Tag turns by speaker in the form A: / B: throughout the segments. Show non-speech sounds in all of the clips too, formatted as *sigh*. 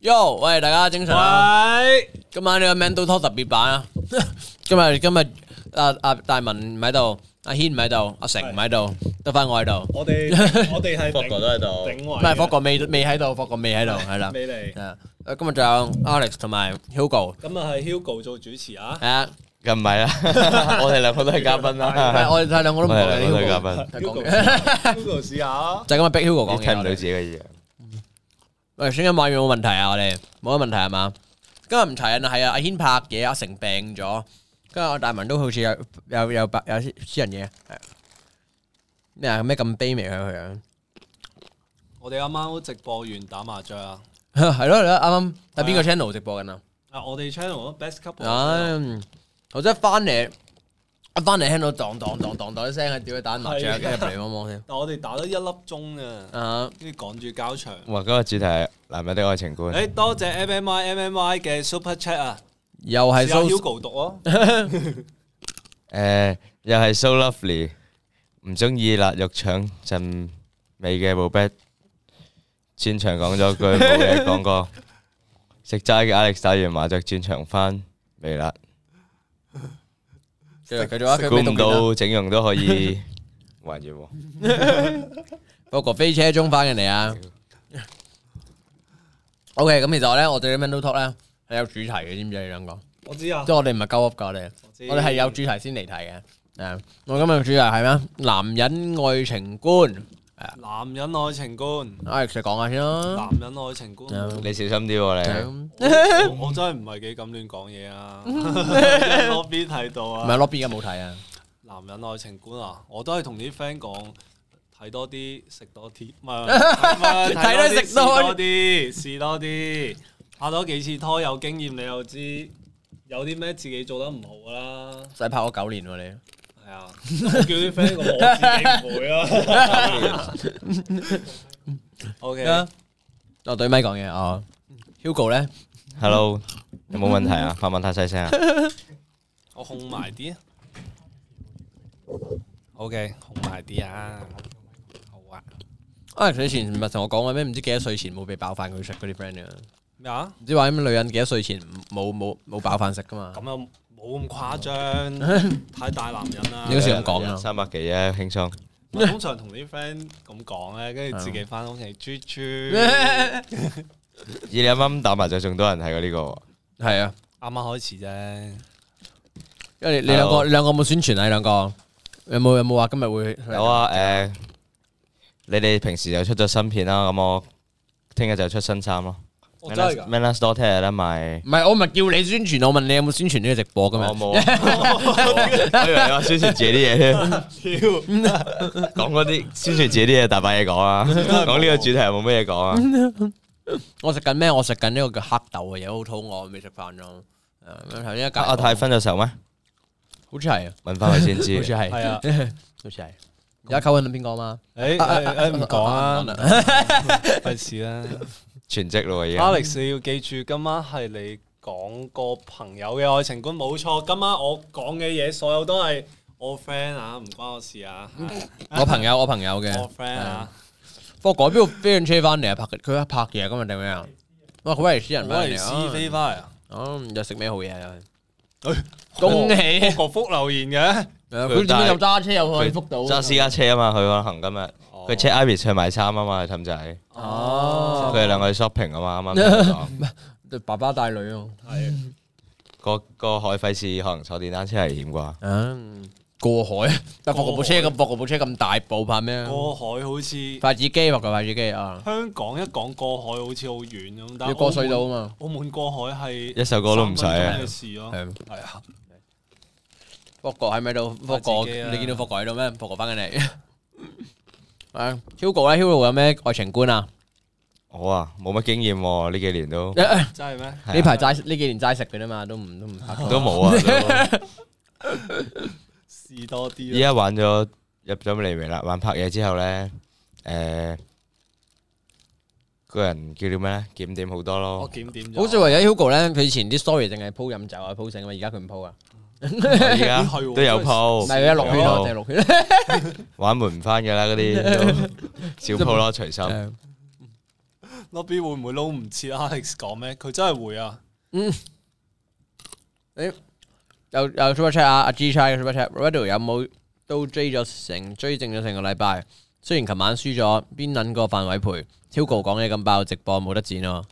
A: Yo，喂，大家精神啊！
B: 喂，
A: 今晚呢個 Man Do Talk 特別版啊！ *laughs* 今日今日阿阿大文唔喺度，阿軒唔喺度，阿成唔喺度，得翻我喺度。*laughs*
B: 我哋我哋係
C: 霍哥都喺度
B: 頂位啊
A: 唔
B: 嘅，
A: 係，霍國未未喺度，霍國未喺度，係啦。
B: 未嚟。
A: 係啊，今日仲有 Alex 同埋 Hugo，
B: 咁啊，係 Hugo 做主持啊。
A: 係啊，
C: 又唔
A: *laughs*
C: 係啦，我哋兩個都係嘉賓
A: 唔係
C: *laughs* 啦，
A: 我哋睇兩個都唔
C: 我
A: 覺
C: 哋兩個都係
A: 嘅
C: 嘉
A: Hugo，講
B: Hugo
C: 賓，
A: 嘅 *laughs*
B: ，Hugo 試下。
A: 就咁啊逼 Hugo 講
C: 你睇唔到
A: 嘢
C: 自。己嘅嘢。
A: 喂，聲音買完有冇問題啊？我哋冇乜問題係嘛？今日唔齊人啊，係啊，阿軒拍嘢，阿成病咗，跟住我大文都好似有有有白有私私人嘢，係咩啊？咩咁卑微佢佢樣？
B: 我哋啱啱直播完打麻雀啊。
A: 係咯係咯，啱啱喺邊個 channel 直播緊啊？
B: 啊，我哋 channel 咯 best couple。
A: 唉，我真係翻嚟，一翻嚟聽到當當當當當啲聲，屌佢打麻雀，
B: 係
A: 跟住入嚟望望先。
B: 但我哋打咗一粒鐘啊，
A: 啊，
B: 跟住趕住交場。
C: 哇，今日主題係男人的愛情觀，
B: 誒，多謝 M M I M M I 嘅 Super Chat 啊，
A: 又係
B: 試下
A: so
B: Hugo 讀啊咯。
C: 誒又係 so lovely，唔中意辣肉腸陣味嘅冇 bet，專場講咗句冇
A: *laughs*
C: 嘢講過，食齋嘅 Alex 打完麻雀轉場翻微辣，
A: 繼續繼續啊！佢
C: 估
A: 未讀
C: 唔
A: 完啊
C: 到整容都
A: *laughs*
C: 可以還原喎。
A: 不過飛車中翻人嚟啊！OK，咁其實我咧，我對啲 mental talk 咧係有主題嘅，知唔知你兩個？
B: 我知啊
A: 即係，我哋唔係鳩噏噶，我哋
B: 我知
A: 我哋係有主題先嚟睇嘅。誒，我今日嘅主題係咩？男人愛情觀。
B: 男人愛情觀，
A: Alex 講下先啦啊
B: 男。人愛
A: *laughs*
B: 情觀。
C: 你小心啲喎你，
A: 唔
B: 我我真係唔係幾敢亂講
A: *laughs*
B: 嘢啊！ *laughs* 我邊睇到啊？
A: 係 lobby 嘅冇睇啊。
B: 男人愛情觀啊，我都係同啲 friend 講睇多啲，食多啲，
A: *laughs*
B: 唔係唔係
A: 睇多啲食多
B: 試多啲，試多啲，拍多幾次拖有經驗，你又知有啲咩自己做得唔好㗎啦。
A: 使拍我九年喎你。
B: 係啊，我叫啲 friend 我自己唔
A: *laughs*
B: 會啊。O K，
A: 我對咪講嘢啊哦。Hugo 咧，
C: Hello，有冇問題
A: *laughs*
C: 啊？發問太細聲啊！
B: 我控埋啲。O K，控埋啲啊。好啊。
A: 啊佢以前唔係同我講話咩？唔知幾多歲前冇俾飽飯佢食嗰啲 friend 啊，
B: 咩啊？
A: 唔知話啲女人幾多歲前冇冇冇飽飯食噶嘛？
B: 咁又冇咁誇
A: *laughs*
B: 張，太大男人啦。
A: 你嗰時咁講啊
C: 三百幾啫，輕鬆。
B: *laughs* 我通常同啲 friend 咁講咧，跟住自己翻屋企豬 *laughs* 豬，
C: 咦，你啱啱打麻雀仲多人睇過呢個喎？
A: 係啊，
B: 啱啱開始啫。
A: 因為你你兩個
C: Hello
A: 你兩個有冇宣傳啊？你兩個有冇有冇話今日會
C: 有？啊，誒，你哋平時又出咗新片啊啦，咁我聽日就出新衫咯。
B: 我哦真係
C: m a n a s Store 聽日咧賣，
A: 唔係我唔係叫你宣傳，我問你有冇宣傳呢個直播噶嘛？
C: 我冇啊，我以為你話宣傳自己啲嘢添，
B: 啊 *laughs* 㗎，
C: 講嗰啲宣傳自己啲嘢大把嘢講啊，講呢個主題又冇咩嘢講啊，
A: 我食緊咩？我食緊呢個叫黑豆嘅嘢，好肚餓，未食飯咯。誒頭先一格
C: 阿啊泰分咗手咩？
A: 好似係啊，
C: 問翻佢先
A: 好似
C: 知。
A: 係，
B: 係啊，
A: 好似係。 *laughs* 而家溝緊邊個啊嘛？
B: 誒誒 *laughs* 誒哎唔講啊啦， *laughs* 費事啦。
C: 全職咯已經。
B: Alex 你要記住，今晚係你講個朋友嘅愛情觀，冇錯。今晚我講嘅嘢，所有都係我 friend 啊，唔關我事啊，
A: 我朋友，我朋友嘅。
B: 我 friend 啊。
A: 不過改邊度飛緊車翻嚟啊？拍佢一拍嘢今日定咩啊？哇！佢威尼斯人
B: 我
A: 翻
B: 嚟
A: 嚟
B: 試
A: 啊！
B: 飛翻嚟啊！
A: 哦，又食咩好嘢啊？恭
B: 恭 *laughs* 啊
A: 喜！
B: 個福留言嘅，
A: 佢點解又揸車又去福島？
C: 揸私家車啊嘛，佢可能今日佢 check Iris 去買衫啊嘛，氹仔，
A: 哦
C: 佢哋兩個去 shopping 啊嘛，啱啱聽佢講。
A: 爸爸帶女啊！
B: 係
C: 個個海費事可能坐電單車危險啩，
A: 嗯，過海，但霍國部車咁，霍國部車咁大步，怕咩啊？
B: 過海好似
A: 筷子機，霍國筷子機啊！
B: 香港一講過海好似好遠咁，但係
A: 要過隧道啊嘛。
B: 澳門。澳門過海係
C: 一首歌都唔使
B: 三分鐘
C: 啊
B: 嘅！事咯，
A: 係
B: 係啊，
A: 霍國喺咪度？霍國，你見到霍國喺度咩？霍國翻緊嚟。 *laughs* 啊，Hugo 咧，Hugo 有咩愛情觀啊？
C: 我啊冇乜經驗喎，呢幾年
A: *laughs*
C: 都
A: 呢
B: 真係咩？
C: 係啊
A: 排齋呢幾年齋食嘅啫嘛，都唔都唔拍拖。
C: 都冇啊！
B: 試多
C: 都
B: 啲
C: 依
B: 啊！
C: 家玩咗入咗嚟未啦？玩拍嘢之後咧，誒個人叫做咩咧？檢點好多
B: 我
C: 咯， *laughs*
B: 檢點咗，
A: 好似唯有 Hugo 咧，佢以前啲 story 淨係 po 飲酒啊，po 成啊嘛，而家佢唔 po 啊，
C: 依家都有
A: 唔
C: 鋪，
A: 係佢一六圈咯，淨係
C: 有鋪
A: 六圈。 *laughs*
C: 玩門唔翻嘅啦，嗰啲都少鋪咯，隨心。
B: ，lobby 會唔會撈唔切啊 Alex 講咩？佢真係會啊！
A: 有有 super chat 啊，阿 G 差嘅 super chat，Redo 有冇都追咗成追正咗成個禮拜？雖然琴晚輸咗，邊撚個范偉培？Hugo 講嘢咁爆，直播冇得剪啊咯。
B: 啊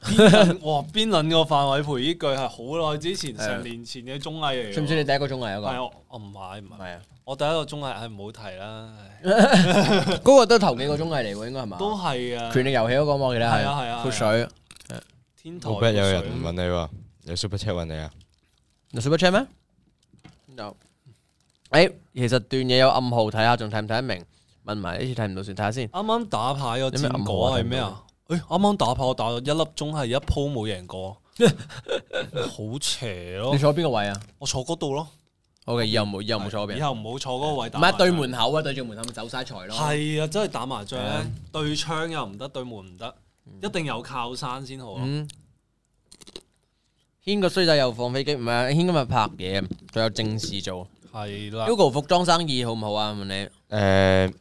B: 哇，邊撚個范偉培呢句係好耐之前成年前嘅綜藝嚟㗎喎。
A: 算唔算你第一個綜藝嗰個？
B: 係啊我我唔係唔係，
A: 係啊，
B: 我第一個綜藝係唔好提啦，唉
A: 嗰個都頭幾個綜藝嚟喎，應該係嘛？
B: 都係啊。
A: 權力遊戲嗰個我記得係
B: 係啊係啊
A: 潑水。
B: 天台
C: 冇
B: 潑
C: bet 有人
B: 水
C: 問你喎，有 super chat 問你啊？
A: 有 super chat 咩？No。誒，其實段嘢有暗號，睇下仲睇唔睇得明？問埋呢次睇唔到算，睇下先。
B: 啱啱打牌個
A: 有咩暗
B: 戰
A: 號
B: 果
A: 啊
B: 係咩啊？誒，啱啱打牌我打咗一粒鐘，係一鋪冇贏過， *laughs* 好邪咯
A: 你！坐邊個位啊
B: 我坐嗰度咯，
A: ？OK，以後冇以後冇坐嗰
B: 以
A: 邊。啊
B: 後唔好坐嗰個位
A: 唔
B: 打麻雀。
A: 係對門口啊，對住門口咪走晒財咯。
B: 係啊，嗯真係打麻雀
A: 係啊
B: 咧，對窗又唔得，對門唔得，一定有靠山先好啊。
A: 嗯，軒個衰仔又放飛機，唔係軒今日拍嘢，仲有正事做。
B: 係啦，
A: Hugo 服裝生意好唔好啊？問你，
C: 誒，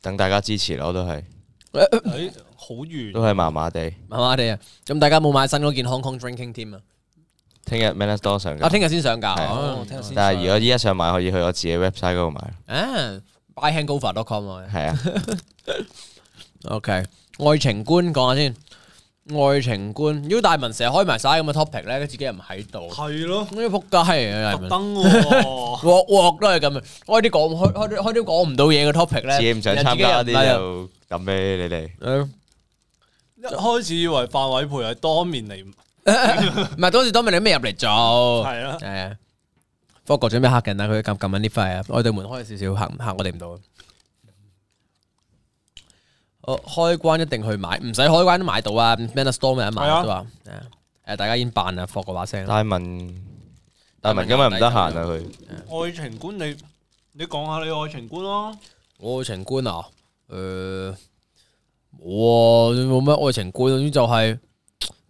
C: 等大家支持咯，都係
B: 誒好
C: 都
B: 遠，
C: 係麻麻地。
A: 麻麻地啊。咁大家冇買新嗰件 Hong Kong Drinking Team 啊？
C: 聽日 Man Store 上
A: 啊，
C: 架，
A: 聽日先上架。
C: 係啊
A: 哦
B: 聽日先
C: 但係如果依家想買，可以去我自己 website 嗰度買。
B: *laughs*
A: 啊，buyhangover.com 啊。
C: 係啊，
A: OK，愛情觀講下先。愛情觀，如果大文成日開埋晒咁嘅 topic 咧，佢自己又唔喺
C: *laughs*
A: 度，
B: 係咯，
A: 咁啲仆街嚟啊！大
B: 特
A: 文。
B: 登喎
A: 鑊鑊都係咁啊！開啲講開開啲開啲講唔到嘢嘅 topic 咧，
C: 自己唔想
A: 然後自
C: 參
A: 己又
C: 加
A: 唔
C: 啲
A: 嚟啊嗯
C: 就抌俾你哋。
A: 係
B: *laughs* 一開始以為范偉培係當面嚟，
A: 唔係當時當明你咩入嚟做？
B: 係啊，
A: 係啊，不過準備嚇緊啦，佢撳撳緊啲快啊！我對門開咗少少嚇嚇我哋唔到。我開關一定去買，唔使開關都買到啊！Man Store 咪有得買
B: 係啊
A: 都話，係啊誒大家已經扮啊，霍個把聲啦。
C: 戴文，戴文今日唔得閒啊，佢
B: 愛情觀你你講下你愛情觀咯，
A: 愛情觀啊，誒、冇啊，冇乜愛情觀，總之就係、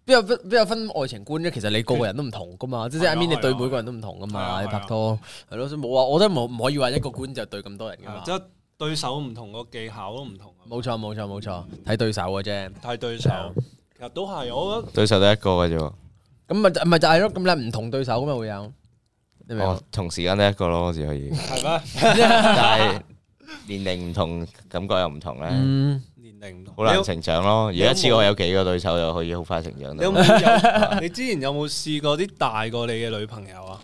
A: 邊有分邊有分愛情觀啫？其實你個個人都唔同噶嘛，即係
B: 係啊
A: I mean
B: 係啊
A: 你對每個人都唔同噶
B: 係啊
A: 嘛，你
B: 係啊
A: 拍拖係咯，所以冇啊，我覺得冇唔可以話一個觀就對咁多人噶嘛
B: 即。係對手唔同個技巧都唔同啊，
A: 冇錯冇錯冇錯，睇對手嘅啫。
B: 睇對手，其實都係我覺得
C: 對手得一個嘅啫喎。
A: 咁咪咪就係咯，咁你唔同對手咁咪會有，你明唔啊
C: 我
A: 明？
C: 同時間得一個咯，我只可
B: *laughs*
C: 以。
B: 係咩？
C: 但係年齡唔同，感覺又唔同咧，
A: 嗯，
B: 年齡唔同
C: 好難成長咯。如
B: 有
C: 果一次過有幾個對手，就可以好快成長
B: 你有
C: 到。
B: 冇有？你之前有冇試過啲大過你嘅女朋友啊？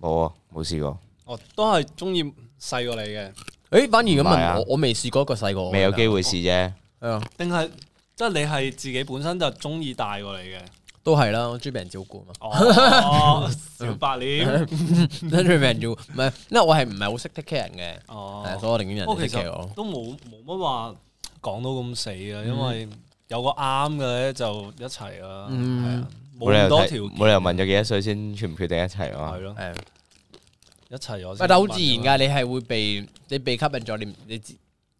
C: 冇啊，冇試過，
B: 我都係中意細過你嘅，
A: 誒反而咁
C: 唔係啊
A: 問我，我未試過一個細個我嘅，
C: 未有機會試啫。
A: 係啊，
B: 定係即係你係自己本身就中意大過你嘅？
A: 都係啦，我中意俾人照顧嘛。 *laughs*
B: 哦，小白臉。
A: 跟住俾人要，唔係，因為我係唔係好識 take care 人嘅，
B: 哦
A: 係，所以我寧願人
B: 不過
A: 哋
B: 其
A: take care
B: 實
A: 我。
B: 都冇冇乜話講到咁死啊，因為有個啱嘅咧就一齊啦，係
A: 嗯
B: 啊，
C: 冇
B: 冇
C: 理
B: 咁
C: 由
B: 多
C: 睇
B: 條
C: 冇理由問咗幾多歲先決唔決定一齊
B: 係
C: 啊嘛？
B: 咯，
A: 係，
B: 一齊咗先。
A: 但係好自然㗎，你係會被你被吸引咗，你你自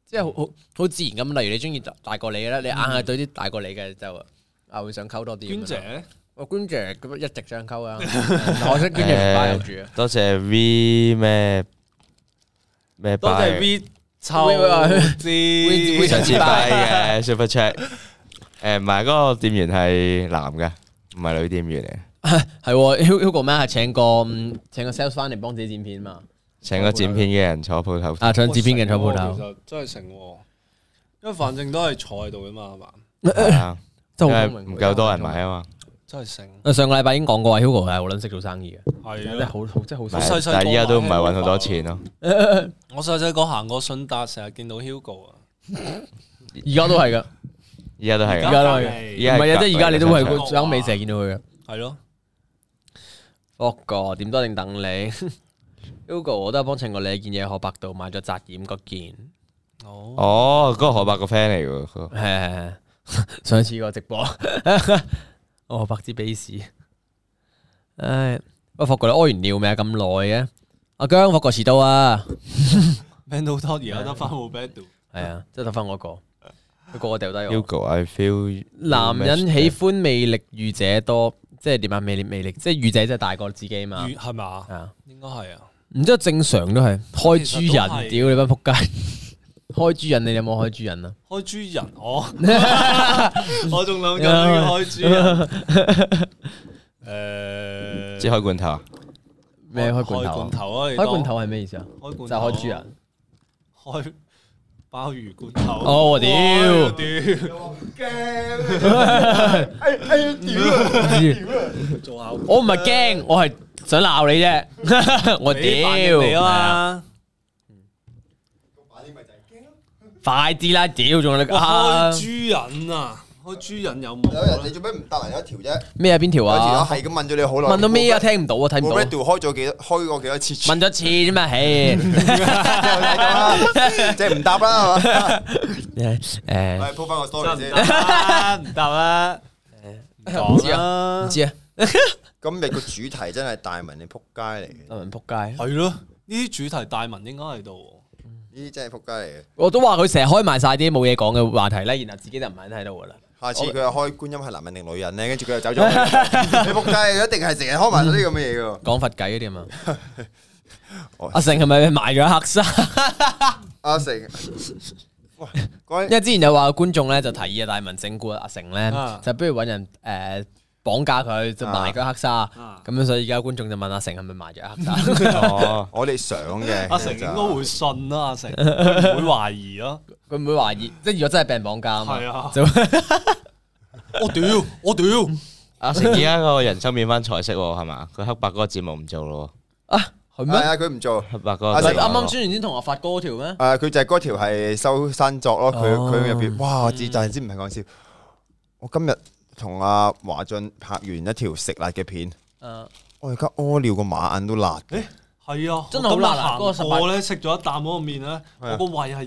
A: 即係好好好自然咁。例如你中意大大過你嘅啦，
C: 嗯
A: 你硬係對啲大過你嘅就啊會想溝多啲。
B: 娟，姐，
A: 我哦娟姐咁一直想溝
C: *laughs*
A: 啊，我識娟姐唔包入住啊。
C: 多謝 V 咩咩
B: 多謝
C: by
A: *laughs*
B: V 臭
A: We-
B: 知
A: We- We-
C: 上次
A: *laughs*
C: by 嘅 Super Chat，誒唔係嗰個店員係男嘅，唔係女店員嚟嘅，
A: *laughs* 係喎，Hu- Hugo Man 係請個嗯請個 sales 翻嚟幫自己剪片嘛？
C: 請個剪片嘅人坐鋪頭，
A: 啊，請剪片嘅坐鋪
B: 其
A: 頭，
B: 實真係成喎，因為反正都係坐喺度㗎嘛，係嘛？
C: 係啊
A: 真
C: 因
A: 係好
C: 為
A: 聰明
C: 唔夠多人買啊嘛。
B: 真係成
A: 啊上個禮拜已經講過啊，Hugo 係好撚識做生意嘅，真
B: 係
A: 係
B: 啊！
A: 好好真係好
C: 但
A: 識
B: 係。細細
C: 係依家都唔係揾好多
B: 個
C: 錢咯，
B: 我細細個行過信達，成日見到 Hugo 啊，
A: 而家都係㗎。
C: 依家都係
A: 而家
C: 㗎。
A: 都係
C: 依
B: 係
C: 家
A: 唔係啊，即係而家你都係
C: 隔離
A: 會
B: 嘅
A: 想美蛇見到佢嘅。
B: 係咯，
A: 博哥點都一定等你。Hugo，我都係幫襯過你件嘢，學百度買咗扎染嗰件，
B: 哦，
C: 哦，嗰個河伯個 friend 嚟㗎嗰個，
A: 係係係上次個直播， *laughs* 我學百支 base。唉，喂，霍哥你屙完尿未啊？咁耐嘅，阿姜霍哥遲到啊！
B: Man Do Talk 而家得翻冇 b a d
A: 係啊，即係得翻我一個，佢個個掉低我。
C: Hugo，I feel
A: 男人喜歡魅力御者多，即係點啊？魅力魅力，即係御者即係大過自己嘛。
B: 係咪啊？
A: 係啊。
B: 應該係啊。
A: 唔知正常都係開豬人，
B: 其實
A: 屌你班仆街！ *laughs* 開豬印，你哋有冇開豬印啊？
B: 開豬
A: *laughs*
B: 人，我我仲諗緊要開豬人。
A: *laughs*
B: 诶，
C: 即係開罐頭，
A: 咩開罐頭啊？
B: 罐頭啊！你當
A: 開罐，頭係咩意思啊？
B: 開
A: 就
B: 罐
A: 係開豬印。
B: 頭，開鮑魚罐頭。
A: 哦我屌
B: 哇屌！啊做效果
A: 我唔係驚，我係想鬧你啫。 *laughs* 我
B: 俾反應你
A: 屌，
B: 啊嘛！
A: 快啲啦！屌，仲有你啊
B: 開豬人啊！開豬人有冇
D: 有人
B: 咧？
D: 你做咩唔答人有一條啫？
A: 咩啊？邊條
D: 有一條
A: 啊？
D: 係咁問咗你好耐，
A: 問到咩啊？聽唔到啊，睇唔
D: 我
A: 到啊。
D: Red 開咗幾多開過幾多次？ *laughs*
A: 問咗一次啫嘛，唉， *laughs*
D: 即係唔答啦，係嘛？
A: 诶
D: 我，係 po 翻個 story
B: 真係唔。
D: 先
B: 答啦，唔答啦，唔
A: 唔知
B: 講啦
A: 唔。知啊，
D: 今日個主題真係大文你撲街嚟嘅，
A: 阿文仆街，
B: *laughs* 係咯，呢啲主題大文應該喺度
D: 呢啲真係撲街嚟嘅。
A: 我都話佢成日開埋晒啲冇嘢講嘅話題咧，然後自己就唔肯喺度噶啦。
D: 下次佢又開觀音係男人定女人咧，跟住佢又走咗。你撲街，一定係成日開埋咗啲咁嘅嘢嘅喎。
A: 講佛偈嗰啲啊嘛 *laughs*
D: 哦。
A: 阿成係咪買咗黑沙？
D: 阿成，喂，
A: *laughs* 因
D: 講
A: 為之前有話觀眾咧就提議啊，大文整蠱阿成咧
B: 啊，
A: 就不如揾人诶綁架佢，就賣咗黑沙。
B: 啊
A: 咁樣所以而家觀眾就問阿成係咪賣咗黑 *laughs* 沙？
C: 哦，
D: 我哋想嘅，
B: 阿成應
D: 其實
B: 該會信啦，
A: *laughs*
B: 阿成佢唔會懷疑咯。
A: 佢唔會懷疑，即係如果真係病綁架啊
B: 係
A: 嘛
B: 啊，
A: *laughs* 就 *laughs*
B: 我屌，我屌，
C: 阿成而家個人生變翻彩色喎，係嘛？佢黑白嗰個節目唔做咯，
A: 係
D: 係
A: 咩？
D: 啊，佢唔做。
C: 黑白嗰個
D: 阿成
C: 節目
A: 啱啱宣完先同我發歌嗰條咩？
D: 诶，啊佢就係嗰條係收山作咯，佢
A: 哦
D: 佢入边，
B: 嗯
D: 哇！我知，但係先唔係講笑。我今日同阿華俊拍完一條食辣嘅片，
A: 誒，
D: 我而家屙尿個馬眼都辣嘅，
B: 係啊，
A: 真係好辣啊
B: 我
A: 嗰個
B: 今
A: 18
B: 日行過咧，食咗一啖嗰個面咧，
D: 係啊
B: 我個胃係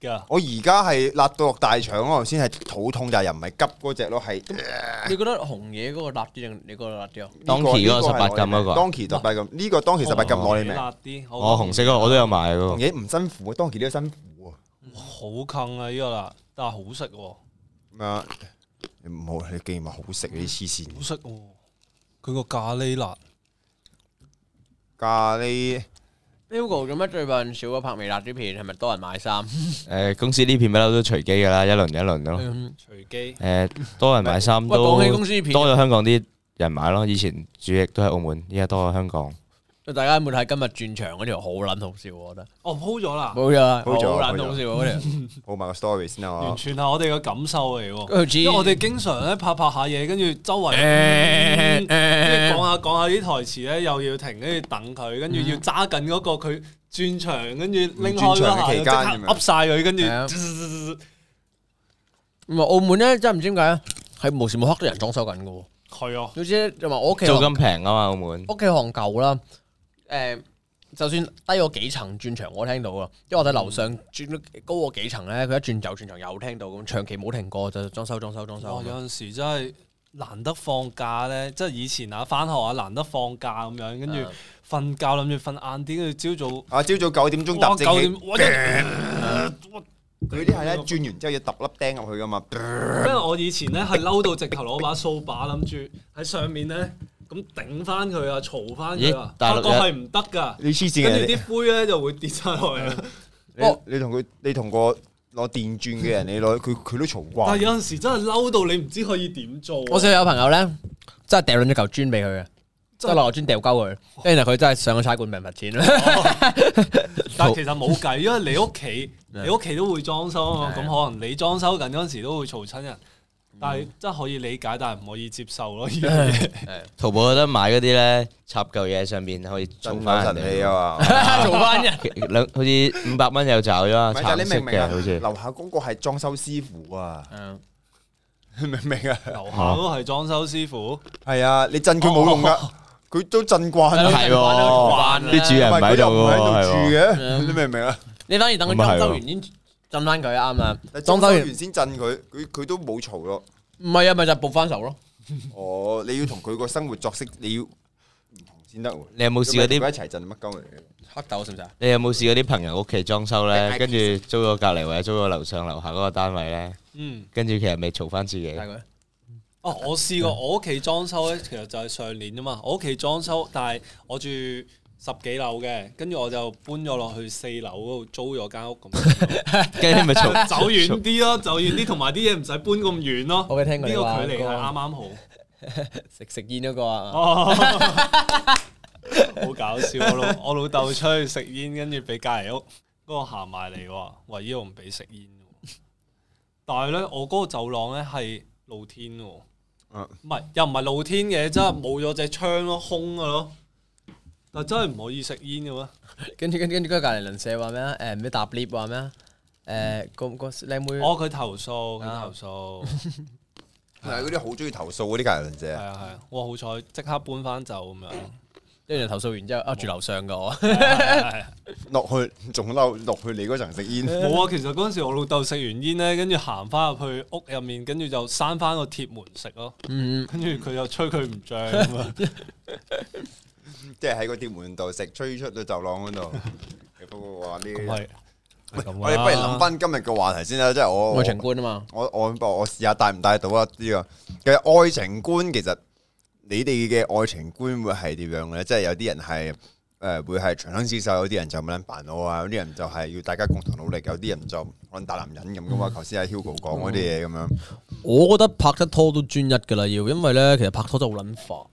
B: 熱㗎。
D: 我而家係辣到落大腸咯，頭先係肚痛，但係又唔係急嗰只咯，係
A: 啊你覺得紅嘢嗰個辣啲定你嗰個辣啲啊？
C: 當期嗰個十八禁嗰個哦
D: 當期十八禁呢個當期十八禁攞你命，
B: 辣啲，
C: 我紅色嗰個我都有買
D: 同
C: 喎，
D: 嘢唔辛苦，啊當期都辛苦
B: 好坑啊呢個啦，但係好食喎，
D: 喎。咁啊，你唔好你竟然話好食，你黐線
B: 好食喎。佢個咖喱辣，
D: 咖喱
A: Hugo 做乜最近少咗拍微辣啲片？係咪多人買 *laughs* 衫？
C: 誒公司呢片不嬲都隨機㗎啦，一輪一輪咯。
A: 嗯
B: 隨機
C: 誒多人買衫
A: 喂，
C: 都
A: 講起公司片，啊
C: 多咗香港啲人買咯，以前主力都喺澳門，依家多咗香港。
A: 大家有冇睇今日轉場嗰條好撚好笑？我覺得
B: 哦鋪咗啦，
A: 冇咗，好
D: 好咗
A: 撚好笑啊嗰
B: *laughs*
A: 條。
D: 好埋個 story 先啊啦，
B: 完
D: 我
B: 全係我哋嘅感受嚟喎。
A: 佢知
B: 因為我哋經常咧拍拍下嘢，跟住周圍
A: 誒
B: 嗯
A: 誒
B: 跟住講下講下啲台詞咧，又要停，跟住等佢，跟住要揸緊嗰個佢轉場，跟住拎開嗰下，
D: 轉
B: 即刻
D: 場嘅期間咁樣
B: 噏晒佢，跟住
A: 係啊
B: 滋滋滋滋滋
A: 唔係澳門咧，真係唔知點解啊係無時無刻都有人裝修緊嘅喎。
B: 係啊，
A: 總之就話我屋企
C: 租金平啊嘛，澳門。
A: 屋企行舊啦，誒、就算低過幾層轉場，我聽到啊，因為我哋樓上轉咗高過幾層咧，佢一轉走轉場又聽到咁，長期冇停過就裝修裝修裝修
B: 哇！有陣時真係難得放假咧，即係以前啊，翻學啊，難得放假咁樣，跟住
A: 啊
B: 瞓覺諗住瞓晏啲，跟住朝早
D: 啊朝早九點鐘
B: 哇
D: 搭
B: 九
D: 正
B: 點
D: 起，
B: 哇一
D: 佢啲係咧轉完之後要揼粒釘入去噶嘛，
B: 因為我以前咧係嬲到直頭攞把掃把諗住喺上面咧咁頂翻佢啊，嘈翻佢啊
C: 咦，大
B: 發
C: 陸
B: 覺
C: 有
B: 係唔得㗎，
D: 你黐線
B: 跟
D: 嘅
B: 住
D: 你。
B: 啲灰咧就會跌晒落嚟啊。
D: 你
A: 哦
D: 你同佢，你同個攞電鑽嘅人，你攞佢佢都嘈
B: 但係
D: 慣。
B: 有陣時真係嬲到你唔知可以點做啊。
A: 我試過有朋友咧，真係掉撚咗嚿磚俾佢嘅，即
B: 真
A: 係
B: 係
A: 落個磚掉鳩佢，跟住然後佢真係上個差館命罰錢啦。
B: 但係其實冇計，因為你屋
A: *laughs*
B: 企
A: Yeah.
B: 你屋企都會裝修啊嘛，
A: Yeah.
B: 咁可能你裝修緊嗰陣時都會嘈親人，
A: 嗯
B: 但係真係可以理解，但係唔可以接受咯。呢樣嘢
C: 淘寶有得買嗰啲咧，插嚿嘢上邊可以做
D: 真
C: 翻
D: 有神器
C: 啊！
D: 啊
A: *laughs*
D: 嘛！
A: 做翻人，
C: 兩好似五百蚊有找咗啊，
D: 唔係，但
C: 橙
D: 你
C: 色
D: 明唔明
C: 嘅
D: 啊？
C: 好似。
D: 樓下嗰個係裝修師傅
C: *laughs*
D: 啊，你明唔明啊？
B: 樓下都係裝修師傅，
D: 係啊，你震佢冇用噶，佢都震慣啦。
C: 係喎，啲主人唔
D: 係
C: 喺
D: 佢
C: 度
D: 又唔
C: 喎，
D: 喺度
C: 係
D: 住
C: 喎。
D: 嘅，你明唔明啊？
A: 你反而等佢
C: 咁啊
A: 裝修
C: 係喎
A: 完先震翻佢啱啊！裝
D: 裝
A: 修
D: 修
A: 完
D: 完先震佢，佢佢都冇嘈咯。
A: 唔係啊，咪就係報翻手咯。
D: 哦，你要同佢個生活作息你要唔同先得喎。
C: 你有冇試過
D: 如果
C: 啲？
D: 一齊震乜鳩嚟嘅？
A: 黑豆食唔食啊？
C: 你有冇試過啲朋友屋企裝修咧，
D: 你嗌
C: 跟住租咗隔離或者租咗樓上樓下嗰個單位咧，
B: 嗯，
C: 跟住其實咪嘈翻自己
A: 大。概
B: 哦，
A: 嗯
B: 啊我試過我屋企裝修咧，其實就係上年啫嘛，我屋企裝修，但係我住十幾樓嘅，跟住我就搬咗落去四樓嗰度租咗間
A: *laughs*
B: 屋咁，
C: 跟住咪嘈
B: 走遠啲咯，走遠啲，同埋啲嘢唔使搬咁遠咯。
A: 我有聽過
B: 呢
A: 你話
B: 個距離係啱啱好。
A: 食食煙嗰個啊，
B: 哦，好搞笑！我老我老豆出去食煙，跟住俾隔離屋嗰個行埋嚟喎，話依度唔俾食煙喎。但係咧，我嗰個走廊咧係露天喎，
D: 啊
B: 唔係又唔係露天嘅，真係冇咗隻窗咯，空嘅咯。但真係唔可以食煙嘅咩？
A: 跟住跟住跟住隔離鄰舍話咩啊？誒唔知搭 lift 話咩啊？誒個個靚妹
B: 哦，佢投訴，佢投訴，
D: 係嗰啲好中意投訴嗰啲隔離鄰
B: 係
D: 舍，
B: 啊係啊，我好彩即刻搬翻走咁樣。
A: 跟住投訴完之後，啊住樓上噶我，
B: 係啊係啊係啊
D: 落去仲嬲，落去你嗰層食煙，
B: *laughs* 冇啊，其實嗰陣時我老豆食完煙咧，跟住行翻入去屋入面，跟住就閂翻個鐵門食咯。
A: 嗯，
B: 跟住佢又吹佢唔漲咁
A: *laughs*
B: 啊！
D: 即係喺嗰啲門度食，吹出到走廊嗰度。不過話呢，
B: 係啊
D: 我哋啊不如諗翻今日嘅話題先啦，即係我
A: 愛情觀啊嘛，
D: 我我我試下帶唔帶到啊？呢個其實愛情觀其實你哋嘅愛情觀會係點樣嘅咧？即係有啲人係誒、呃、會係長相厮守，有啲人就冇撚煩惱啊，有啲人就係要大家共同努力，有啲人就可能大男人咁噶嘛。頭先阿 Hugo 講嗰啲嘢咁樣，
A: 我覺得拍得拖都專一㗎啦，要，因為咧其實拍拖真係好撚煩。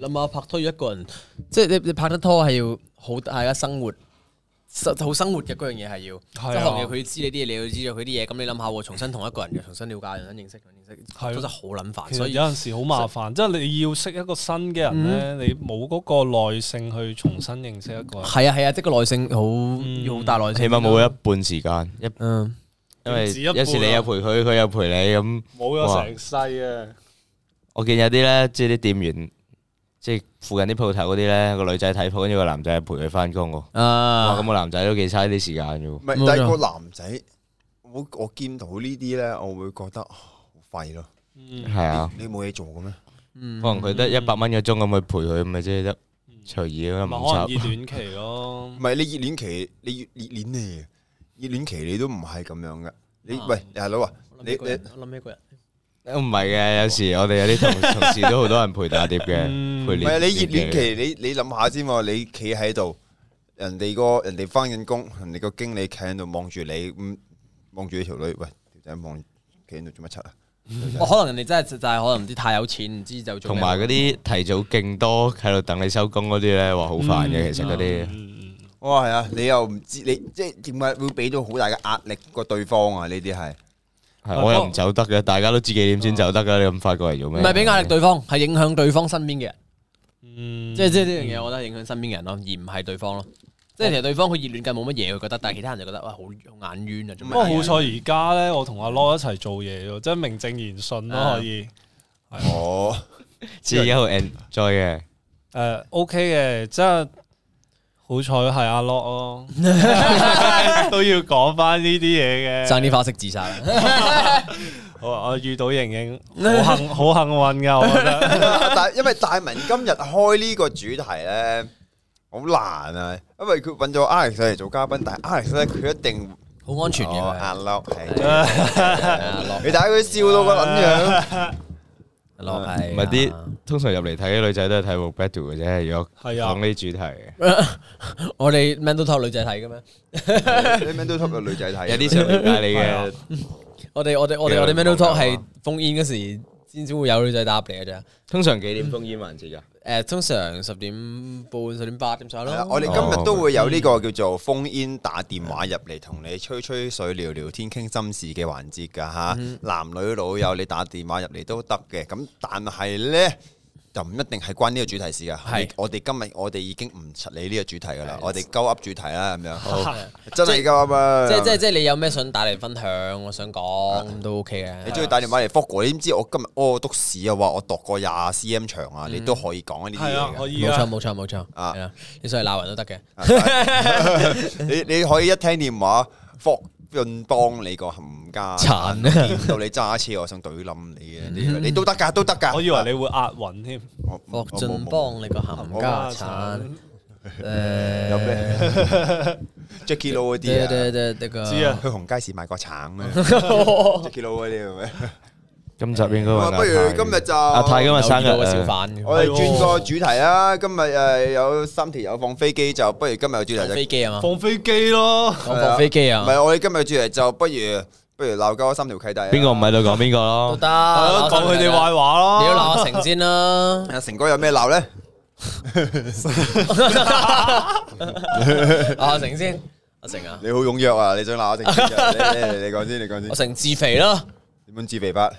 A: 諗下拍拖要一個人，即係你你拍得拖係要好大家生活，生好生活嘅嗰樣嘢係要，
B: 係啊
A: 即係行業佢知你啲嘢，你要知道佢啲嘢，咁你諗下喎，重新同一個人又重新了解，重新認識，重新認識，
B: 係啊
A: 真係好撚煩。
B: 其實
A: 所以
B: 有陣時好麻煩，即係你要識一個新嘅
A: 嗯
B: 人咧，你冇嗰個耐性去重新認識一個人。
A: 係啊係啊，即係個耐性好要好大耐性，
C: 起碼冇一半時間，一
A: 嗯
C: 因為
B: 唔止一半啊
C: 一次你又陪佢，佢又陪你咁。
B: 冇
C: 咗
B: 咗
C: 成
B: 成世啊！
C: 我見有啲咧，即係啲店員，即係附近啲鋪頭嗰啲咧，個女仔睇鋪，跟住個男仔陪佢翻工喎。哇！
A: 啊
C: 咁個男仔都幾嘥啲時間嘅喎
D: 唔。係
A: 冇錯
D: 但係個男仔，我我見到呢啲咧，我會覺得啊好廢咯。
C: 係啊，
D: 你冇嘢做嘅咩？
C: 可能佢得一百蚊個鐘咁去陪佢，咪即係得隨意咁
B: 咪可能
C: 唔
B: 熱戀期咯
D: 唔，係你熱戀期，你熱熱戀嚟嘅，熱戀期你都唔係咁樣嘅。你
A: 啊
D: 喂大佬啊，
A: 我諗
D: 你
A: 起個
D: 你
A: 人。我諗起個人，
C: 唔係嘅，有時我哋有啲同同事都好多人陪打碟嘅，
B: 嗯
C: 陪
D: 唔
C: 練
D: 係你熱戀期，你你諗下先喎，你企喺度，人哋個人哋翻緊工，人哋個經理企喺度望住你，咁望住你條女，喂條仔望企喺度做乜柒啊？
A: 我哦可能人哋真係就係可能唔知太有錢，唔知就做
C: 同
A: 咩
C: 埋嗰啲提早勁多喺度等你收工嗰啲咧，話好煩嘅。其實嗰啲
B: 嗯嗯
D: 我話係啊，你又唔知你即係點解會俾到好大嘅壓力個對方啊？呢啲係
C: 係啊我又唔走得嘅，大家都知幾點先走得㗎，你咁快過嚟做
A: 唔
C: 咩？
A: 係俾壓
C: *laughs*
A: 力對方，係影響對方身邊嘅人。
B: 嗯
A: 即係即係呢樣嘢，我覺得影響身邊嘅人咯，而唔係對方咯。即係其實對方佢熱戀緊冇乜嘢，佢覺得，但係其他人就覺得哇好好眼冤啊！做咩
B: 不過好彩而家咧，我同阿 Lo 一齊做嘢喎，即係名正言順
A: 啊
B: 咯，可以。
D: 哦，
C: 自己喺度 enjoy 嘅。
B: 誒呃 OK 嘅，即係好彩係阿 Lo 咯，都要講翻呢啲嘢嘅。
A: 爭啲花式自殺啊？
B: 我我遇到盈盈，好幸好幸運噶，我覺得。
D: *laughs* 但係因為大文今日開呢個主題咧，好難啊，因為佢揾咗 Alex 嚟做嘉賓，但係 Alex 咧佢一定
A: 好安全嘅，
D: 哦壓
A: 係
D: 嬲，係
A: 啊落
D: 你睇佢笑到個撚樣。
C: *laughs*
A: 落係
C: 唔係啲通常入嚟睇嘅女仔都係睇 w battle 嘅啫，如果
B: 係啊
C: 講呢主題嘅，
A: 我哋 man 都偷女仔睇嘅咩？
D: 你 man talk 嘅女仔睇，
C: 有啲想了解你嘅，
A: 我哋我哋我哋我哋
C: 幾個
A: man
C: 人
A: do
C: 講
A: talk
C: 㗎
A: 係封煙嗰時先至會有女仔答你嘅啫。
C: 通常幾點封煙環節㗎？
A: 誒，通常十點半、十點八點上
D: 係
A: 咯
D: 啦。我哋今日都會有呢個叫
A: 嗯
D: 做封煙打電話入嚟，同你吹吹水、聊聊天、傾心事嘅環節㗎吓。
A: 嗯
D: 男女老友你打電話入嚟都得嘅，咁但係呢，就唔一定係關呢個主題事㗎。
A: 係
D: 我哋今日我哋已經唔出理呢個主題㗎啦
A: 係，
D: 我哋鳩噏主題啦咁樣， *laughs* 真係鳩噏啊！
A: 即係即係即係你有咩想打嚟分享，我想講咁都 OK 嘅。
D: 你中意打電話嚟 f o g 你知唔知我今日屙督屎啊？話我度過廿 cm 長
A: 嗯
D: 啊，你都可以講呢啲
B: 係啊
D: 嘢，㗎
B: 可。以
A: 冇錯
B: 啊。
A: 冇錯冇錯，
D: 啊
A: 係啦，你上嚟鬧人都得嘅。 *laughs*
D: *laughs* 你你可以一聽電話，霍潤幫你個冚家
A: 殘
D: 見到你揸車，我想懟冧你嘅，你你都得㗎，都得㗎。
B: 我以為你會押韻添，啊
D: 我
A: 霍
D: 我
A: 俊
D: 冇
A: 幫你個冚家產，誒
D: 有咩 Jackie Lou
A: 對
D: 嗰 *laughs* 啲啊，
A: 對對，那個
B: 知啊
A: *laughs*
B: *laughs*
D: 去紅街市買個橙啊，Jackie Lou 嗰啲係咪？
C: 今集應該
D: 咁啊
C: 揾
D: 不如今日
C: 日
D: 就
C: 阿泰今日生日
A: 有遇到個小
C: 啊，
A: 販
D: 我哋
B: 係喎
D: 轉個主題啦。今日诶有三條友放飛機，就不如今日嘅主題
A: 放
D: 就
A: 飛機啊嘛，
B: 放飛機咯，
A: 講放飛機
D: 唔
A: 啊，
D: 係我哋今日嘅主題就不如不如鬧交三條契弟啊。
C: 邊個唔喺度講邊個
A: 都
C: 咯？
D: *laughs*
A: 得，
B: 係
A: 鬧
B: 咯，講佢哋
A: 心
B: 壞
A: 嚟㗎
B: 話咯。
A: 你要鬧阿成先啦，
D: 阿成哥有咩鬧咧？
A: 鬧阿成先，阿成啊，
D: 你好踴躍啊！你想鬧阿成
A: *laughs*
D: 先啊？你你你講先，你講先
A: 阿。成自肥啦，
D: 點樣自肥法？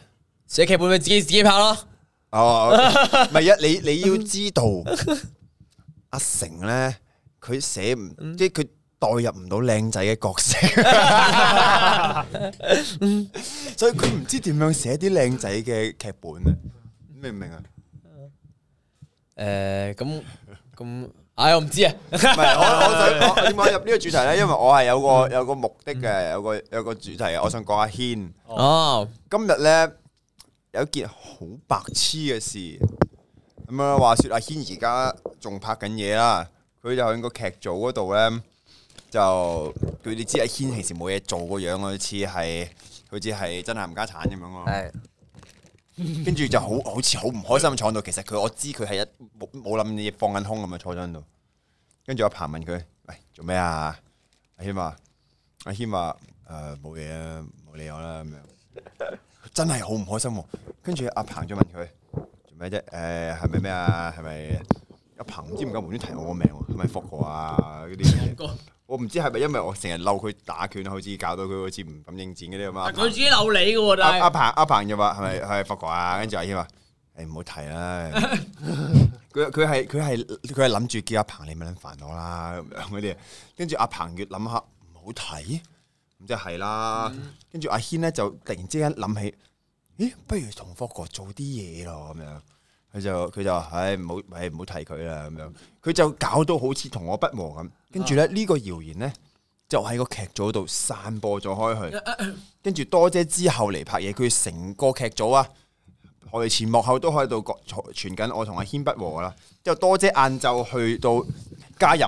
A: 寫劇本俾自己自己拍啦，
D: 哦，唔係啊！你你要知道，阿成咧，佢寫唔即係佢代入唔到靚仔嘅角色，所以佢唔知點樣寫啲靚仔嘅劇本啊！明唔明啊？
A: 誒咁咁，唉我唔知啊，
D: 唔係，我我想我點解入呢個主題咧？因為我係有個有個目的嘅，有個有個主題嘅，我想講阿軒。
A: 哦，
D: 今日咧有一件好白痴嘅事，咁啊話說阿軒而家仲拍緊嘢啦，佢就喺個劇組嗰度咧，就佢哋知阿軒平時冇嘢做個樣，好似係好似係真係冚家產咁樣咯。
A: 係
D: 跟住就好好似好唔開心咁坐喺度，其實佢我知佢係一冇冇諗嘢放緊空咁啊坐咗喺度。跟住阿彭問佢：，喂，做咩啊？阿軒話：阿軒話誒冇嘢啊，冇理我啦咁樣。真係好唔開心喎。跟住阿彭再問佢：做咩啫？誒係咪咩啊？係咪？阿彭唔知點解無端端提我個名喎，係咪霍過啊？嗰啲嘢，我唔知係咪因為我成日嬲佢打拳，好似搞到佢好似唔敢應戰嗰啲咁啊。
A: 自己鬧你嘅喎，
D: 阿阿彭阿彭就話係咪係法國啊？跟住阿軒話：誒唔好提啦。 *laughs* 佢佢係佢係佢係諗住叫阿彭你咪撚煩我啦咁樣嗰啲。跟住阿彭越諗下唔好提，咁即係啦。跟住阿軒咧就突然之間諗起，咦不如同法國做啲嘢咯咁樣。佢就佢就話唉唔好唉唔好提佢啦咁樣。佢就搞到好似同我不和咁。跟住咧呢個謠言咧就喺個劇組度散播咗開去。跟住多姐之後嚟拍嘢，佢成個劇組啊，我哋前幕後都喺度講傳緊我同阿軒不和啦。之後多姐晏晝去到加入，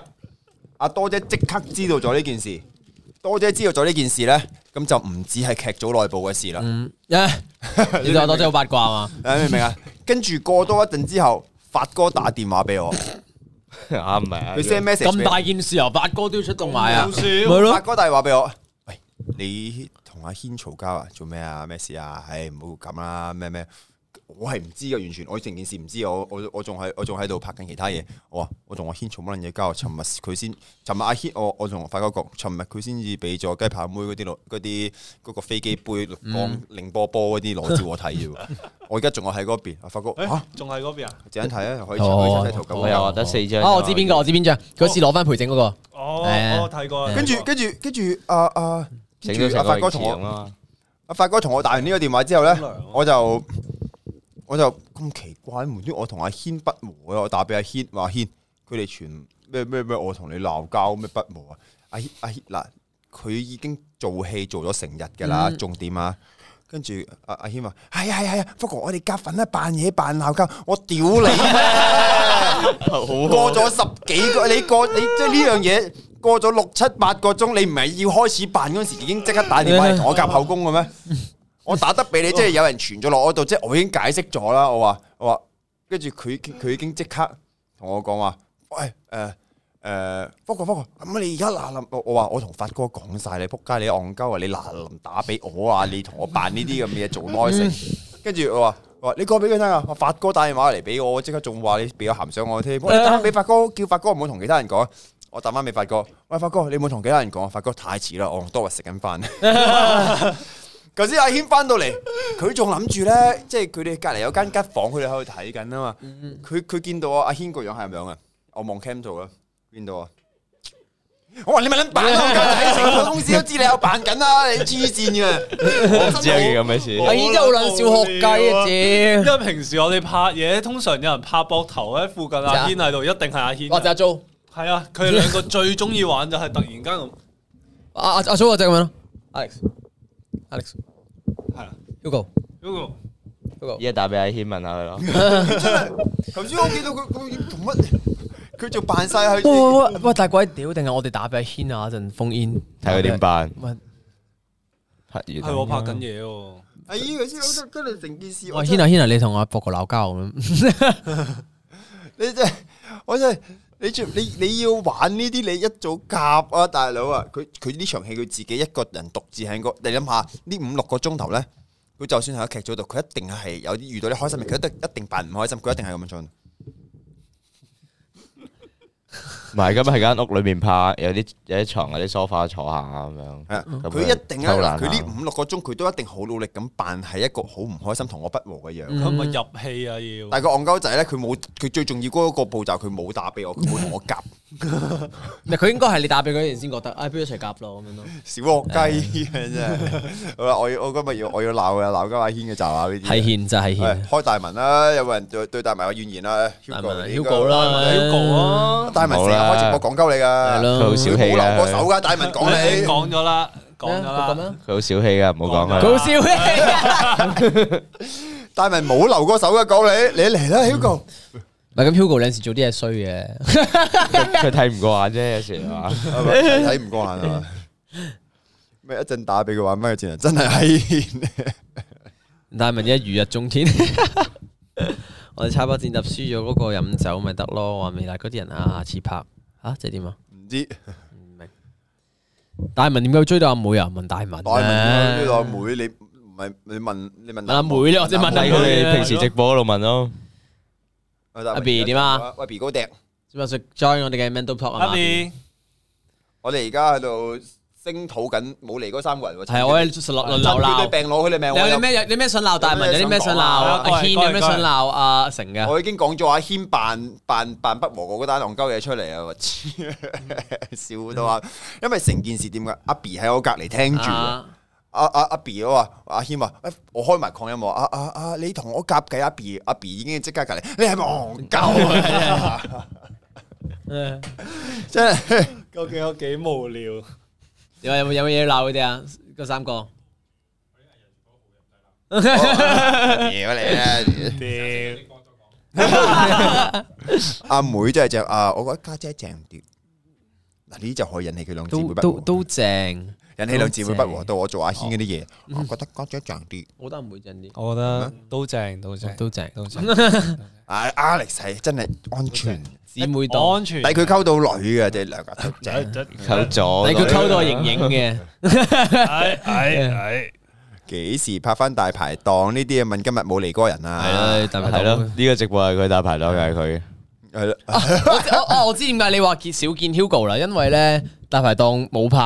D: 阿多姐即刻知道咗呢件事。多姐知道咗呢件事呢，咁就唔止係劇組內部嘅事啦。
A: 嗯，誒，你就多姐好八卦嘛，
D: 你明唔明啊？跟住過多一陣之後，發哥打電話俾我，佢
C: 啊唔係啊，
D: send message
A: 咁
D: 俾我
A: 大件事由八哥都要出動埋啊，
B: 好
A: *laughs*
B: 笑
A: 咪
D: 發
A: 咯，
D: 哥打電話俾我，喂，你同阿軒嘈交啊？做咩啊？咩事啊？唉，唔好咁啦，咩咩。我係唔知嘅，完全我成件事唔知，我我我仲係我仲喺度拍緊其他嘢。我話我同阿軒嘈乜撚嘢交啊？尋日佢先，尋日阿軒我我同發哥講，尋日佢先至俾咗雞扒妹嗰啲攞嗰啲嗰個飛機杯綠
A: 嗯
D: 光令波波嗰啲裸照我睇啫
A: *laughs*
D: 喎。我而家仲我喺嗰邊，阿發哥
B: 誒
D: 嚇，
B: 仲係嗰邊啊？
D: 陣間睇啊，可以
A: 哎哦
D: 可以睇圖咁
C: 哦我又話得四張。
A: 啊我知邊個我知邊張，佢嗰次攞翻培正嗰個，
B: 哦，
A: 係啊
B: 我睇過啦。
D: 跟住
B: 睇過
D: 跟住跟住啊啊，
C: 整到
D: 跟住阿
C: 成
D: 發
C: 個
D: 哥
C: 哥
D: 同
C: 同
D: 我。
A: 啊
C: 我
D: 阿發哥同我打完呢個電話之後
B: 好涼
D: 咧
B: 啊，
D: 我就我就咁奇怪，無端我同阿軒不和啊！我打俾阿軒話阿軒，佢哋全咩咩咩，我同你鬧交咩不和啊！阿軒阿軒嗱，佢已經做戲做咗成日㗎啦，重點啊！跟住阿阿軒話：係啊係啊係啊，福哥，我哋夾份啦，扮嘢扮鬧交，我屌你咩！過咗十幾個，你過你即係呢樣嘢過咗六七八個鐘，你唔係要開始扮嗰陣時已經即刻打電話嚟同我夾口供嘅咩？我打得俾你，即係有人傳咗落我度，即係我已經解釋咗啦。我話我話，跟住佢佢已經即刻同我講話，喂誒誒，呃福哥福哥，咁你而家嗱臨，我我話我同發哥講晒你，仆街你戇鳩啊！你嗱臨打俾我啊！你同我扮呢啲咁嘅嘢做 noise，跟住我話。我話你講俾佢聽啊！我發哥打電話嚟俾我，即刻仲話你俾我鹹相我添。我打俾發哥，叫發哥唔好同其他人講。我打翻俾發哥，喂發哥，你唔好同其他人講。發哥太遲啦，我同多華食緊飯。頭先阿軒翻到嚟，佢仲諗住咧，即係佢哋隔離有間吉房，佢哋喺度睇緊啊嘛。佢佢見到啊阿軒個樣係咁樣啊，我望 cam 度啦，見到啊。我話你咪撚扮 *laughs* 啦，我梗係成個公司都知你有扮緊啦，你黐線嘅。
C: 我唔知有件咁嘅事。
A: 哎真係好撚小學雞啊，屌！
B: 因為平時我哋拍嘢，通常有人拍膊頭喺附近阿軒喺度，一定係阿軒
A: 或者
B: 嘅。
A: 阿 Jo，
B: 係啊，佢哋兩個最中意玩就係突然間咁，
A: 阿阿阿 Jo 或者咁樣咯，Alex，Alex，Hugo，Hugo。
B: 係啊，
A: Hugo，
B: 嗰個
A: Hugo
C: 依家打俾阿軒問下佢咯。
D: *laughs* 頭先我見到佢佢同乜，佢仲扮晒佢。
A: 喂喂喂喂！大鬼屌定係我哋打俾阿軒啊？嗰陣封煙，
C: 睇佢點辦
A: 喂？
C: 黑魚
B: 係我拍緊嘢喎。
D: 哎呢個先好，跟住成件事，
A: 我
D: 我
A: 軒
D: 真係
A: 啊軒啊，你同阿博哥鬧交咁樣，
D: 你真係，我真係，你仲你你要玩呢啲，你一早夾啊，大佬啊！佢佢呢場戲佢自己一個人獨自喺個，你諗下呢五六個鐘頭咧，佢就算喺劇組度，佢一定係有啲遇到啲開心嘅，佢一定一定扮唔開心，佢一定係咁樣做。
C: 唔係咁喺間屋裏面拍，有啲有啲床、有啲 sofa 坐下咁樣。
D: 係啊，
C: 咁
D: 佢
C: 樣
D: 一定
C: 偷
D: 啊，
C: 懶
D: 佢
C: 下
D: 呢五六個鐘佢都一定好努力咁扮係一個好唔開心同我不和嘅樣。
A: 嗯
B: 佢咪入戲啊要。
D: 但係個戇鳩仔咧，佢冇佢最重要嗰個步驟，佢
A: *laughs*
D: 冇打俾我，佢冇同我夾
A: *laughs* 唔係佢應該係你打俾佢嗰陣先覺得，哎，不如一齊夾咯咁樣咯。
D: 小惡雞嘅真係。好啦，我要我今日要我要鬧嘅鬧交阿軒嘅就啊呢啲。
A: 係軒就係
D: 係
A: 軒，
D: 開大文啦，有冇人對對大文有怨言啦
A: 大文啊
D: ？Hugo 你應該
A: Hugo 啦
B: ，Hugo 啊，
D: 大文成日開直播講鳩你噶，
A: 係咯
C: 佢好小氣
D: 佢冇留過手
C: 㗎，
D: 噶，大文講
B: 你
D: 你。
B: 講咗啦，講咗
A: 咩啊佢咁
B: 啦
A: 啊，
C: 佢好小氣㗎，唔好講
A: 佢好
C: 佢。
A: 笑嘅。
D: 大文冇留過手嘅講你，你嚟啦，Hugo。
A: 唔係咁，Hugo 有陣時做啲嘢衰嘅。
C: 佢睇唔過眼啫，有時係
A: *laughs*
C: 嘛？
D: 係咪睇唔過眼啊嘛？咩一陣打俾佢話咩賤人真係閪
A: 但係文一如日中天，我哋差波戰集輸咗嗰個飲酒咪得咯，話未來嗰啲人啊，下次拍啊，即係點啊？
D: *laughs* 唔知
A: 唔明。大文點解會追到阿妹啊？問大文
D: 大文呢個
A: 啊，
D: 妹你唔係你問你問
A: 問阿啊妹咧，或者問
C: 但係
A: 阿
C: 佢
A: 妹
C: 哋
A: 咧
C: 平時直播嗰度問咯，
D: 阿
A: 阿 B 點啊？
D: 喂 B 高迪，
A: 做乜想 join 我哋嘅 mental talk 啊
B: 阿？B，
D: 我哋而家喺度聲討緊冇嚟嗰三個人喎。
A: 係我哋落輪
D: 趁
A: 流
D: 佢哋
A: 鬧。
D: 病攞佢哋命，
A: 你
D: 我
A: 有
D: 有
A: 啲咩你咩想鬧大文？有啲咩想鬧阿
B: 有咩想講
A: 軒？
B: 啊
A: 有咩想鬧阿成嘅？
D: 我已經講咗阿軒扮扮扮不和嗰單戇鳩嘢出嚟啊！我黐 *laughs* 笑到啊！因為成件事點解？阿 B 喺我隔離聽住喎。
A: 啊
D: 阿阿阿 B 我話阿軒話，哎我開埋擴音喎，阿阿阿你同我夾計，阿 B 阿 B 已經即刻隔離，你係咪戇鳩
A: *laughs*
D: 啊？真係
B: 究竟有幾無聊？
A: 你話有冇有冇嘢鬧佢哋啊？嗰三個
D: 屌你啊！
B: 屌，
D: 阿妹真係正啊，我覺得家姐正啲。嗱呢就可以引起佢兩姊
A: 都
D: 妹不
A: *laughs* 都哦
D: 和，
A: 都正，
D: 引起兩姊妹不和
A: 正
D: 到我做阿軒嗰啲嘢，
A: 哦
D: 我覺得家姐正啲。
A: 我覺得唔會正啲，
B: 我覺得都正，都正，
A: 都正。
B: 都正，
D: 啊 Alex 係真係安全，
A: 姊妹檔，
B: 安全。
D: 但係佢溝到女嘅，即係兩個都正。
C: 溝咗。
A: 但係佢溝到我盈盈嘅，
B: 唉唉
D: 幾時拍翻大排檔呢啲嘢？問今日冇嚟嗰個人
A: 係
D: 啊？
A: 啦，但
C: 係
A: 係
C: 咯， *laughs*
A: 咯。
C: 呢個直播係佢大排檔，係佢。
A: *laughs*
D: 係啦，
A: 我啊我知點解你話見少見 Hugo 啦，因為咧大排檔冇拍，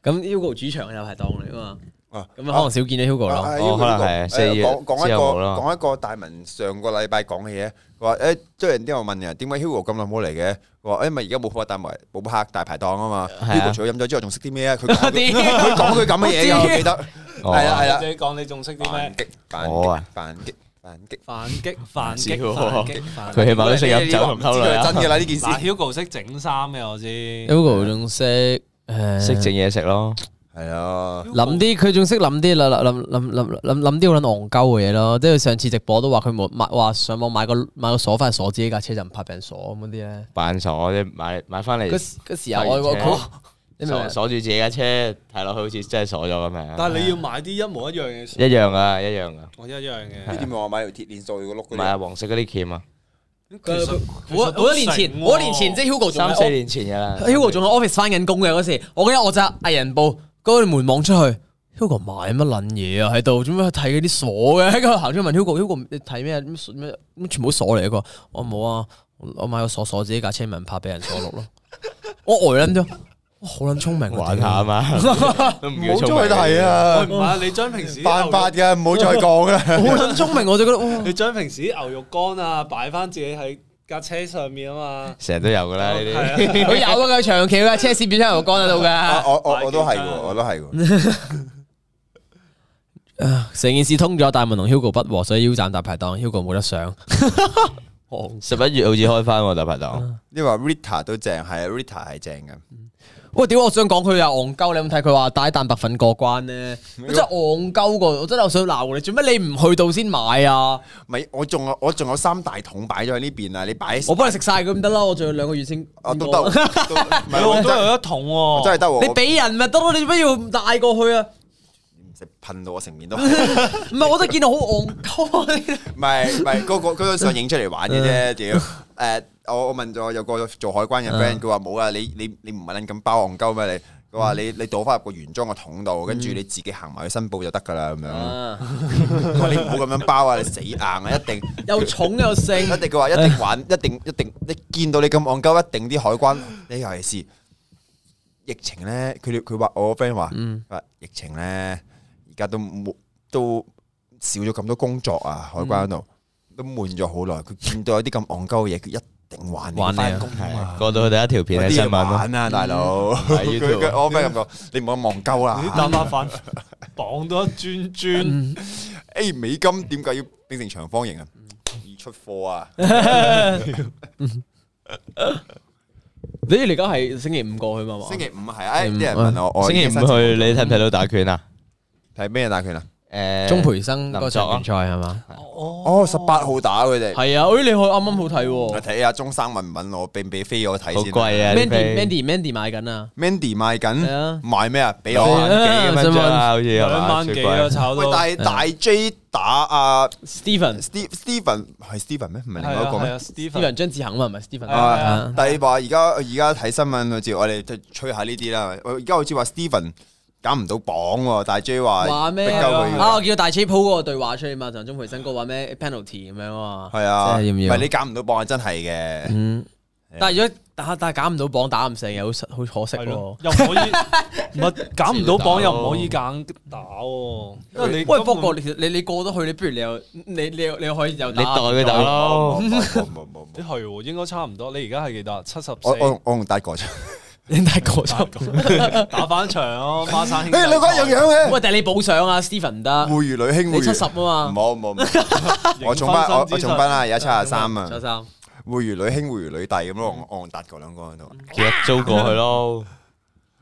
A: 咁 Hugo 主場係大排檔嚟噶嘛，
D: 啊
A: 咁可能少見咗 Hugo
D: 啊
A: 咯。
D: 啊
C: 哦
D: 呢個
C: 可能
D: 呢個
C: 係
D: 誒
C: 四月
D: 講講一
C: 之
D: 個
C: 後冇啦
D: 講一個大文上個禮拜講嘅嘢，佢話誒，即係人啲我問人點解 Hugo 咁耐冇嚟嘅？佢話誒，咪而家冇拍大埋冇拍大排檔啊嘛。
C: 係啊
D: Hugo 除咗飲酒之外，仲識啲咩啊？佢
C: *laughs*
D: 講佢
A: 啲
D: *laughs* 佢講佢咁嘅嘢㗎，
A: 我
D: 我
A: 知
D: 記得係啊係
B: 唉，
D: 啊
B: 你，講你仲識啲
D: 反
B: 咩？
D: 擊反
C: 我啊
D: 擊反擊反擊，
B: 反擊，反
C: 知
B: 擊，
C: 喎
B: 反擊，反
C: 佢
B: 擊。
C: 起碼都識飲酒同溝女
D: 真
C: 啊，
D: 嘅啦呢
B: *laughs*
D: 件事
B: 嗱。，Hugo 識整衫嘅我知
A: Hugo 仲識誒
C: 識整嘢食咯。
D: 係啊，
A: 諗啲，佢仲識諗啲啦，諗諗諗諗諗啲好撚戇鳩嘅嘢咯。即係上次直播都話佢冇買，話上網買個買個鎖翻嚟鎖自己架車就唔拍俾人鎖咁嗰啲咧。
C: 扮傻啫，買買翻嚟
A: 嗰嗰時候我我
C: 突然
A: 佢，你明唔
C: 鎖
A: 明
C: 鎖住自己架車，睇落去好似真係鎖咗咁樣。
B: 但係你要買啲一模一樣嘅衫，
C: 一樣啊，一樣啊，
B: 我一樣嘅
D: 呢。啲咪話買條鐵鏈掃佢個碌嗰
C: 唔
D: 啲
C: 係啊，黃色嗰啲鉗啊，
B: 其實
A: 我
B: 其實都
A: 我一年前，
B: 成喎
A: 我一年前即係 Hugo 仲
C: 三
A: 喺
C: 四年前噶啦。
A: Hugo 仲喺 office 翻緊工嘅嗰時，我記得我就藝人部嗰個門望出去，Hugo 買乜撚嘢啊喺度，做咩睇嗰啲鎖嘅？跟住行出去問 Hugo，Hugo 你睇咩啊？咩咩咩全部都鎖嚟嘅個，我冇啊，我我買個鎖鎖自己架車，咪唔怕俾人鎖落咯。 *laughs* 我呆撚咗，哇好撚聰明啊，
C: 玩下
A: *laughs*
C: 啊嘛，都唔
D: 唔好
C: 叫聰明
D: 再提！啊
B: 喂，唔係啊，你將平時啲
D: 犯
B: 牛
D: 法
B: 肉，
D: 嘅，唔好再講啦。
A: 屌，好撚聰明，我就覺得 *laughs* 哇，
B: *laughs* 你將平時啲牛肉乾啊擺翻自己喺架車上面啊嘛。
C: 成日都有噶啦呢啲。
B: 係啊
A: 佢有啊，佢長期嘅車線變咗油缸喺度
D: 啊
A: 㗎。
D: 我我我都係喎，我都係喎。
A: 成件事通咗，大文同 Hugo 不和，所以腰斬大排檔，Hugo 冇得上。
C: 十一月好似開翻喎大排檔，
D: 你話 Rita 都正，係啊 Rita 係正嘅。
A: 喂，屌！我想講佢又戇鳩，你有冇睇佢話帶蛋白粉過關咧？佢真係戇鳩個，我真係想鬧你，做咩你唔去到先買啊？
D: 唔係，我仲有我仲有三大桶擺咗喺呢邊啊！你擺
A: 我幫你食晒佢咁得啦，我仲有兩個月先。
D: 啊都得，都
B: *laughs*
D: 唔
B: 唔係
D: 係我
B: 我都
D: 真
B: 有一桶
D: 我真
B: 喎。
D: 係得喎。
A: 你俾人咪得咯，你做咩要帶過去啊？
D: 唔直噴到我成面都係。
A: 唔係，我都見到好戇鳩啊！
D: 唔係唔係，嗰個嗰張相影出嚟玩嘅啫，屌！誒，我我問咗有個做海關嘅 friend，佢話冇啊，你你你唔係撚咁包戇鳩咩你？佢話你你倒翻入個原裝個桶度，跟住你自己行埋去申報就得㗎啦咁
A: 嗯
D: 樣。佢話你唔好咁樣包啊，你死硬啊，一定
A: 又重又剩，
D: *laughs* 一定佢話一定玩，一定一定一見到你咁戇鳩，一定啲海關，你尤其是疫情咧，佢哋佢話我個 friend 話，佢話疫情咧而家都冇都少咗咁多工作啊，海關嗰度都悶咗好耐，佢見到有啲咁戇鳩嘅嘢，佢一定玩
A: 玩
D: 你
A: 你啊
D: 翻工啊。
C: 過到第一條片
D: 有
C: 係
D: 啲
C: 新
D: 嘢
C: 聞咯，
D: 玩啊，大佬！ *laughs* 佢
C: 喺 YouTube
D: 佢我 friend 咁講，你唔好咁戇鳩
B: 啲
D: 啦。
B: 蛋白粉綁到一磚磚，
D: 誒，美金點解要變成長方形啊？易出貨啊！
A: 你而家係星期五過去嘛嘛？
D: 星期五係，誒
A: 星期
D: 啲
A: 五
D: 人問我，我
C: 星期五去你睇唔睇到打拳啊？
D: 睇咩打拳啊？
C: 誒，
A: 鍾培生嗰場
C: 林作啊
A: 聯賽係嘛？
B: 哦，
D: 哦，十八號打佢哋，
A: 係啊，哎，你去啱啱好睇喎
D: 我睇下中生問問我俾唔俾飛我睇
C: 好
D: 先。
C: 貴啊！
A: ，Mandy Mandy Mandy 買緊啊！
D: Mandy 賣
A: 係啊
D: 緊，賣咩啊？俾
C: 兩
D: 我啊。
C: 萬幾咁樣啫啦，好似係
B: 兩
C: 嘛？
B: 萬
C: 雪
B: 幾啊，
C: 櫃
B: 炒
D: 喂，但
B: 到。
D: 係大 J 打阿
A: Steven
D: Steve Steven 係 Steven 咩？唔
A: 啊
B: 啊
D: 係另外一個咩？
B: Steven，
A: Steven 張志恒啊嘛，係咪 Steven
B: 係啊係啊
D: 啊
A: 啊！
D: 但係話而家而家睇新聞，好似我哋即吹下呢啲啦。喂而家好似話 Steven 減唔到磅喎，大 J 話
A: 話咩
D: 逼鳩佢
A: 啊？
D: 要
A: 我叫大車鋪嗰個對話出嚟嘛，同鍾培生哥話咩 penalty 咁樣啊嘛。
D: 係啊，
A: 真係要唔
D: 唔
A: 要
D: 係你減唔到磅係真係嘅。
A: 嗯，但係如果打但係減唔到磅打唔成又好失好可惜
B: 係
A: 喎
B: 咯，。又唔可以，唔係減唔到磅，又唔可以揀打喎。因為你
A: 喂，
B: 根
A: 不
B: 本
A: 過你其實你你過得去，你不如你又你你又你又可以又
C: 你代佢打
A: 哦
D: 冇
C: 咯，
D: 冇冇冇冇冇
A: *laughs*
B: 你係喎，應該差唔多。你而家係幾多啊？七十四，
D: 我我同我同大哥出。
A: 你大個咗。
B: 打翻場咯，孖生兄弟。
D: *laughs* 誒，你講一樣
A: *laughs*
D: 嘅。
A: 喂，但係你補上啊，Steven 唔得，
D: 會如女兄，
A: 你
D: 會如
A: 70啊嘛
D: 唔好唔好
A: *laughs*
D: 唔好，我重翻我我重翻啦，而家七廿三嗯
A: 周
D: 啊，
A: 生。
D: 會如女兄，會如女弟咁咯，我我達嗰兩個喺度，
C: 叫阿租過去咯，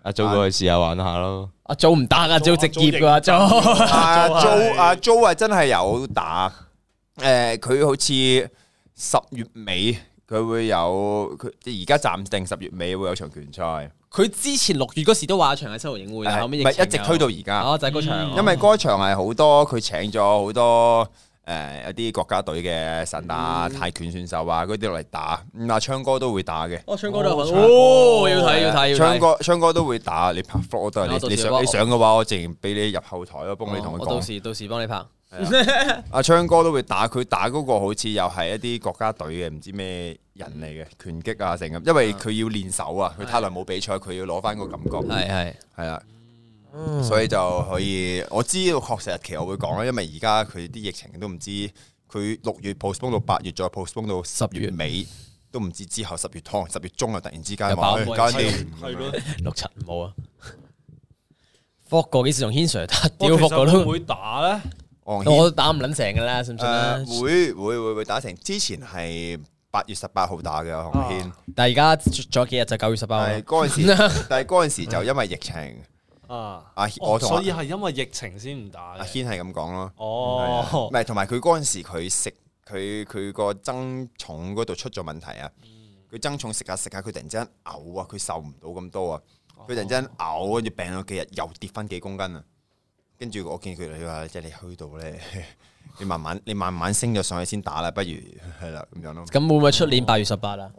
C: 阿租過去試下玩下咯。
A: 阿 Jo 唔得啊，Jo 職業㗎阿 Jo。
D: *laughs* 阿
B: Jo 係
D: Jo 阿 Jo 啊真係有打，誒佢好似十月尾佢會有佢即係而家暫定十月尾會有場拳賽，
A: 佢之前六月嗰時都話場喺西湖影會，但後
D: 係
A: 尾
D: 唔
A: 疫情
D: 係一直推到而
A: 啊
D: 家，
A: 哦就係嗰場，
D: 因為嗰場係好多佢請咗好多。誒有啲國家隊嘅神打
A: 嗯
D: 泰拳選手啊，嗰啲落嚟打，咁阿昌哥都會打嘅。
A: 哦唱歌都有份，
B: 哦
A: 哦
D: 啊
A: 要睇要睇要睇。
D: 昌哥昌哥都會打，你拍 f l o 都係
A: 我到
D: 你
A: 時幫
D: 你想
A: 我
D: 你想嘅話，我直情俾你入後台咯，幫你同
A: 哦
D: 佢
A: 我到
D: 講。
A: 時到時幫你拍。
D: 阿昌哥都會打，佢打嗰個好似又係一啲國家隊嘅，唔知咩人嚟嘅拳擊啊成咁，因為佢要練手啊，佢太耐冇比賽，佢要攞翻個感覺。
A: 係啊係，
D: 係啦，所以就可以我知道確實日期，我會講啦，因為而家佢啲疫情都唔知，佢六月 postpone 到八月，再 postpone 到十
A: 月
D: 月尾，都唔知之後十月拖，十月中又突然之間
A: 又爆啊
D: 話哎
A: 杯
D: 搞掂
B: 係咯。
A: *laughs* 六七唔好啊。霍哥幾時同軒 Sir 打？屌
B: 我其
A: 霍哥
B: 實會唔
A: 都
B: 會打咧？
D: 昂軒
A: 我打唔撚成㗎啦，
B: 呃
A: 信唔信啊？
D: 誒會會會會打成，之前係八月十八號打嘅洪
B: 哦
D: 軒，
A: 但係而家仲有幾日就九月十八號啦
D: 但係。嗰
B: *laughs*
D: 陣時，但係嗰陣時就因為疫情，
B: 啊，
D: 阿
B: 哦
D: 我同
B: 所以
D: 阿
B: 係因為疫情先唔打
D: 阿
B: 嘅。
D: 軒係咁講咯，
B: 哦
D: 唔，係啊同埋佢嗰陣時佢食佢佢個增重嗰度出咗問題啊，
B: 嗯
D: 佢增重食下食下佢突然之間嘔啊，佢受唔到咁多啊，
B: 哦
D: 佢突然之間嘔，跟住病咗幾日又跌翻幾公斤啊，跟住我見佢佢話即係你虛到咧， *laughs* 你慢慢你慢慢升咗上去先打啦，不如係啦咁樣咯。
A: 咁會唔會出年八月十八啊？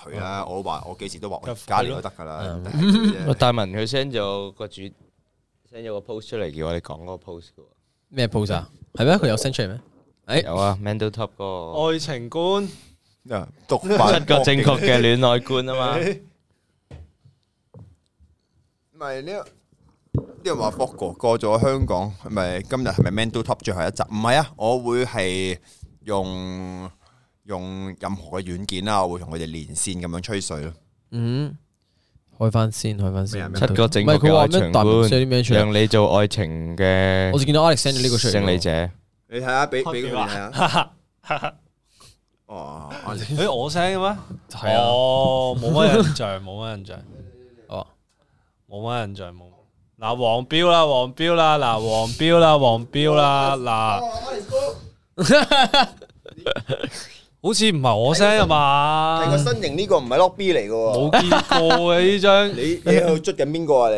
D: 佢啦，我話我幾時都話我
B: 就
D: 加料都得噶啦，但係佢 *laughs* 啫
C: 大文佢 send 咗個主 send 咗個 post 出嚟，叫我哋講嗰個 post 嘅喎
A: 咩 pose 啊？
C: 嗯
A: 係咩？佢有 send 出嚟咩？誒，
C: 有啊，Mandel Dạ, vâng, Top 嗰
B: 愛情觀
D: 啊讀
C: 個
D: 法
C: 七個正確嘅戀愛觀啊嘛。
D: 唔係呢個？啲人話 f o g 過咗香港，係咪今日係咪 Man Do Top 最後一集？唔係啊，我會係用用任何嘅軟件啦，我會同佢哋連線咁樣吹水咯。
A: 嗯，開翻先，開翻先。
C: 七個正
A: 唔係
C: 確
A: 佢
C: 嘅
A: 話
C: 愛
A: 咩？
C: 情
A: 大明 send 啲咩
C: 觀，
A: 出嚟？
C: 讓你做愛情嘅
A: 我就見到 Alex send 咗呢個出嚟。
C: 勝利。者。
D: 你睇下，俾俾佢哋睇 *laughs* 下。哦，
B: 誒我 send 嘅咩？
A: 係啊。
B: 哦，冇乜印象，冇乜印 *laughs* 象，
A: 哦，
B: 冇乜印象，冇。嗱，黃標啦，黃標啦，嗱，黃標啦，黃標啦，嗱，
D: *laughs*
B: 好似唔係我 send 啊嘛
D: 係，個身形呢個唔係 Lock B 嚟嘅
B: 冇
D: 喎。
B: 見過嘅呢張，
D: 你你喺度捽緊邊個啊？你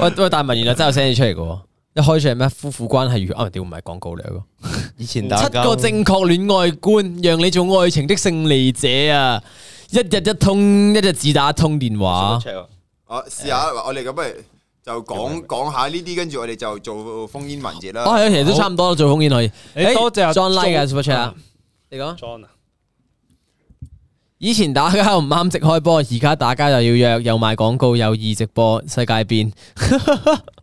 A: 喂喂，但係文原來真係有 send 出嚟嘅喎，一開出嚟咩夫婦關係如啊，屌唔係廣告嚟嘅
C: 以前打
A: 喎，七個正確戀愛觀，讓你做愛情的勝利者啊！一日一通，一日只打一通電話。
D: 我啊試下，我哋咁不如就講講下呢啲，跟住我哋就做封煙環節啦。
A: 哦，係啊，其實都差唔多啦，做封煙可以。
B: 誒
A: 誒
B: 多謝阿
A: John Lie 嘅
B: John-
A: Super Chat 啊！你講
B: John 啊，
A: 以前打交唔啱直開波，而家打交又要約，又賣廣告，又易直播，世界變。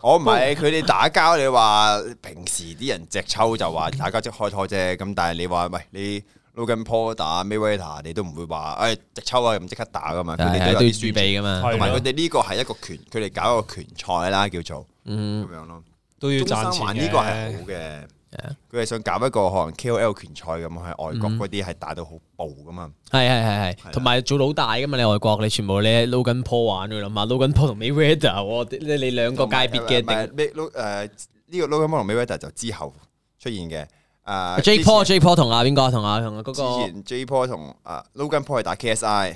D: 我唔係佢哋打交，你話平時啲人直抽就話打交即開拖啫，咁但係你話喂你 Logan Paul 打 Mayweather，你都唔會話誒直抽啊咁即刻打噶嘛，佢哋
A: 係都
D: 都有
A: 要
D: 啲
A: 預
D: 輸備，
A: 備噶嘛。
B: 係
D: 同埋佢哋呢個係一個拳，佢哋搞一個拳賽啦叫做，咁樣咯。
B: 都要
D: 中
B: 賺
D: 山環
B: 錢
D: 呢
B: 呢
D: 個係好嘅，佢係想搞一個可能 KOL 拳賽咁，喺外國嗰啲係打到好暴噶嘛。
A: 係係係
D: 啊
A: 係，同埋做老大噶嘛？你外國你全部你 Logan Paul 玩噶啦嘛，Logan Paul 同 Mayweather，哇你你你兩個界別嘅定
D: 唔係唔係呢誒呢個 Logan Paul 同 Mayweather 就之後出現嘅。誒
A: J Paul J Paul 同啊邊個同啊同啊嗰
D: 之
A: 個唔
D: 前 J Paul 同啊 Logan Paul 係打 KSI，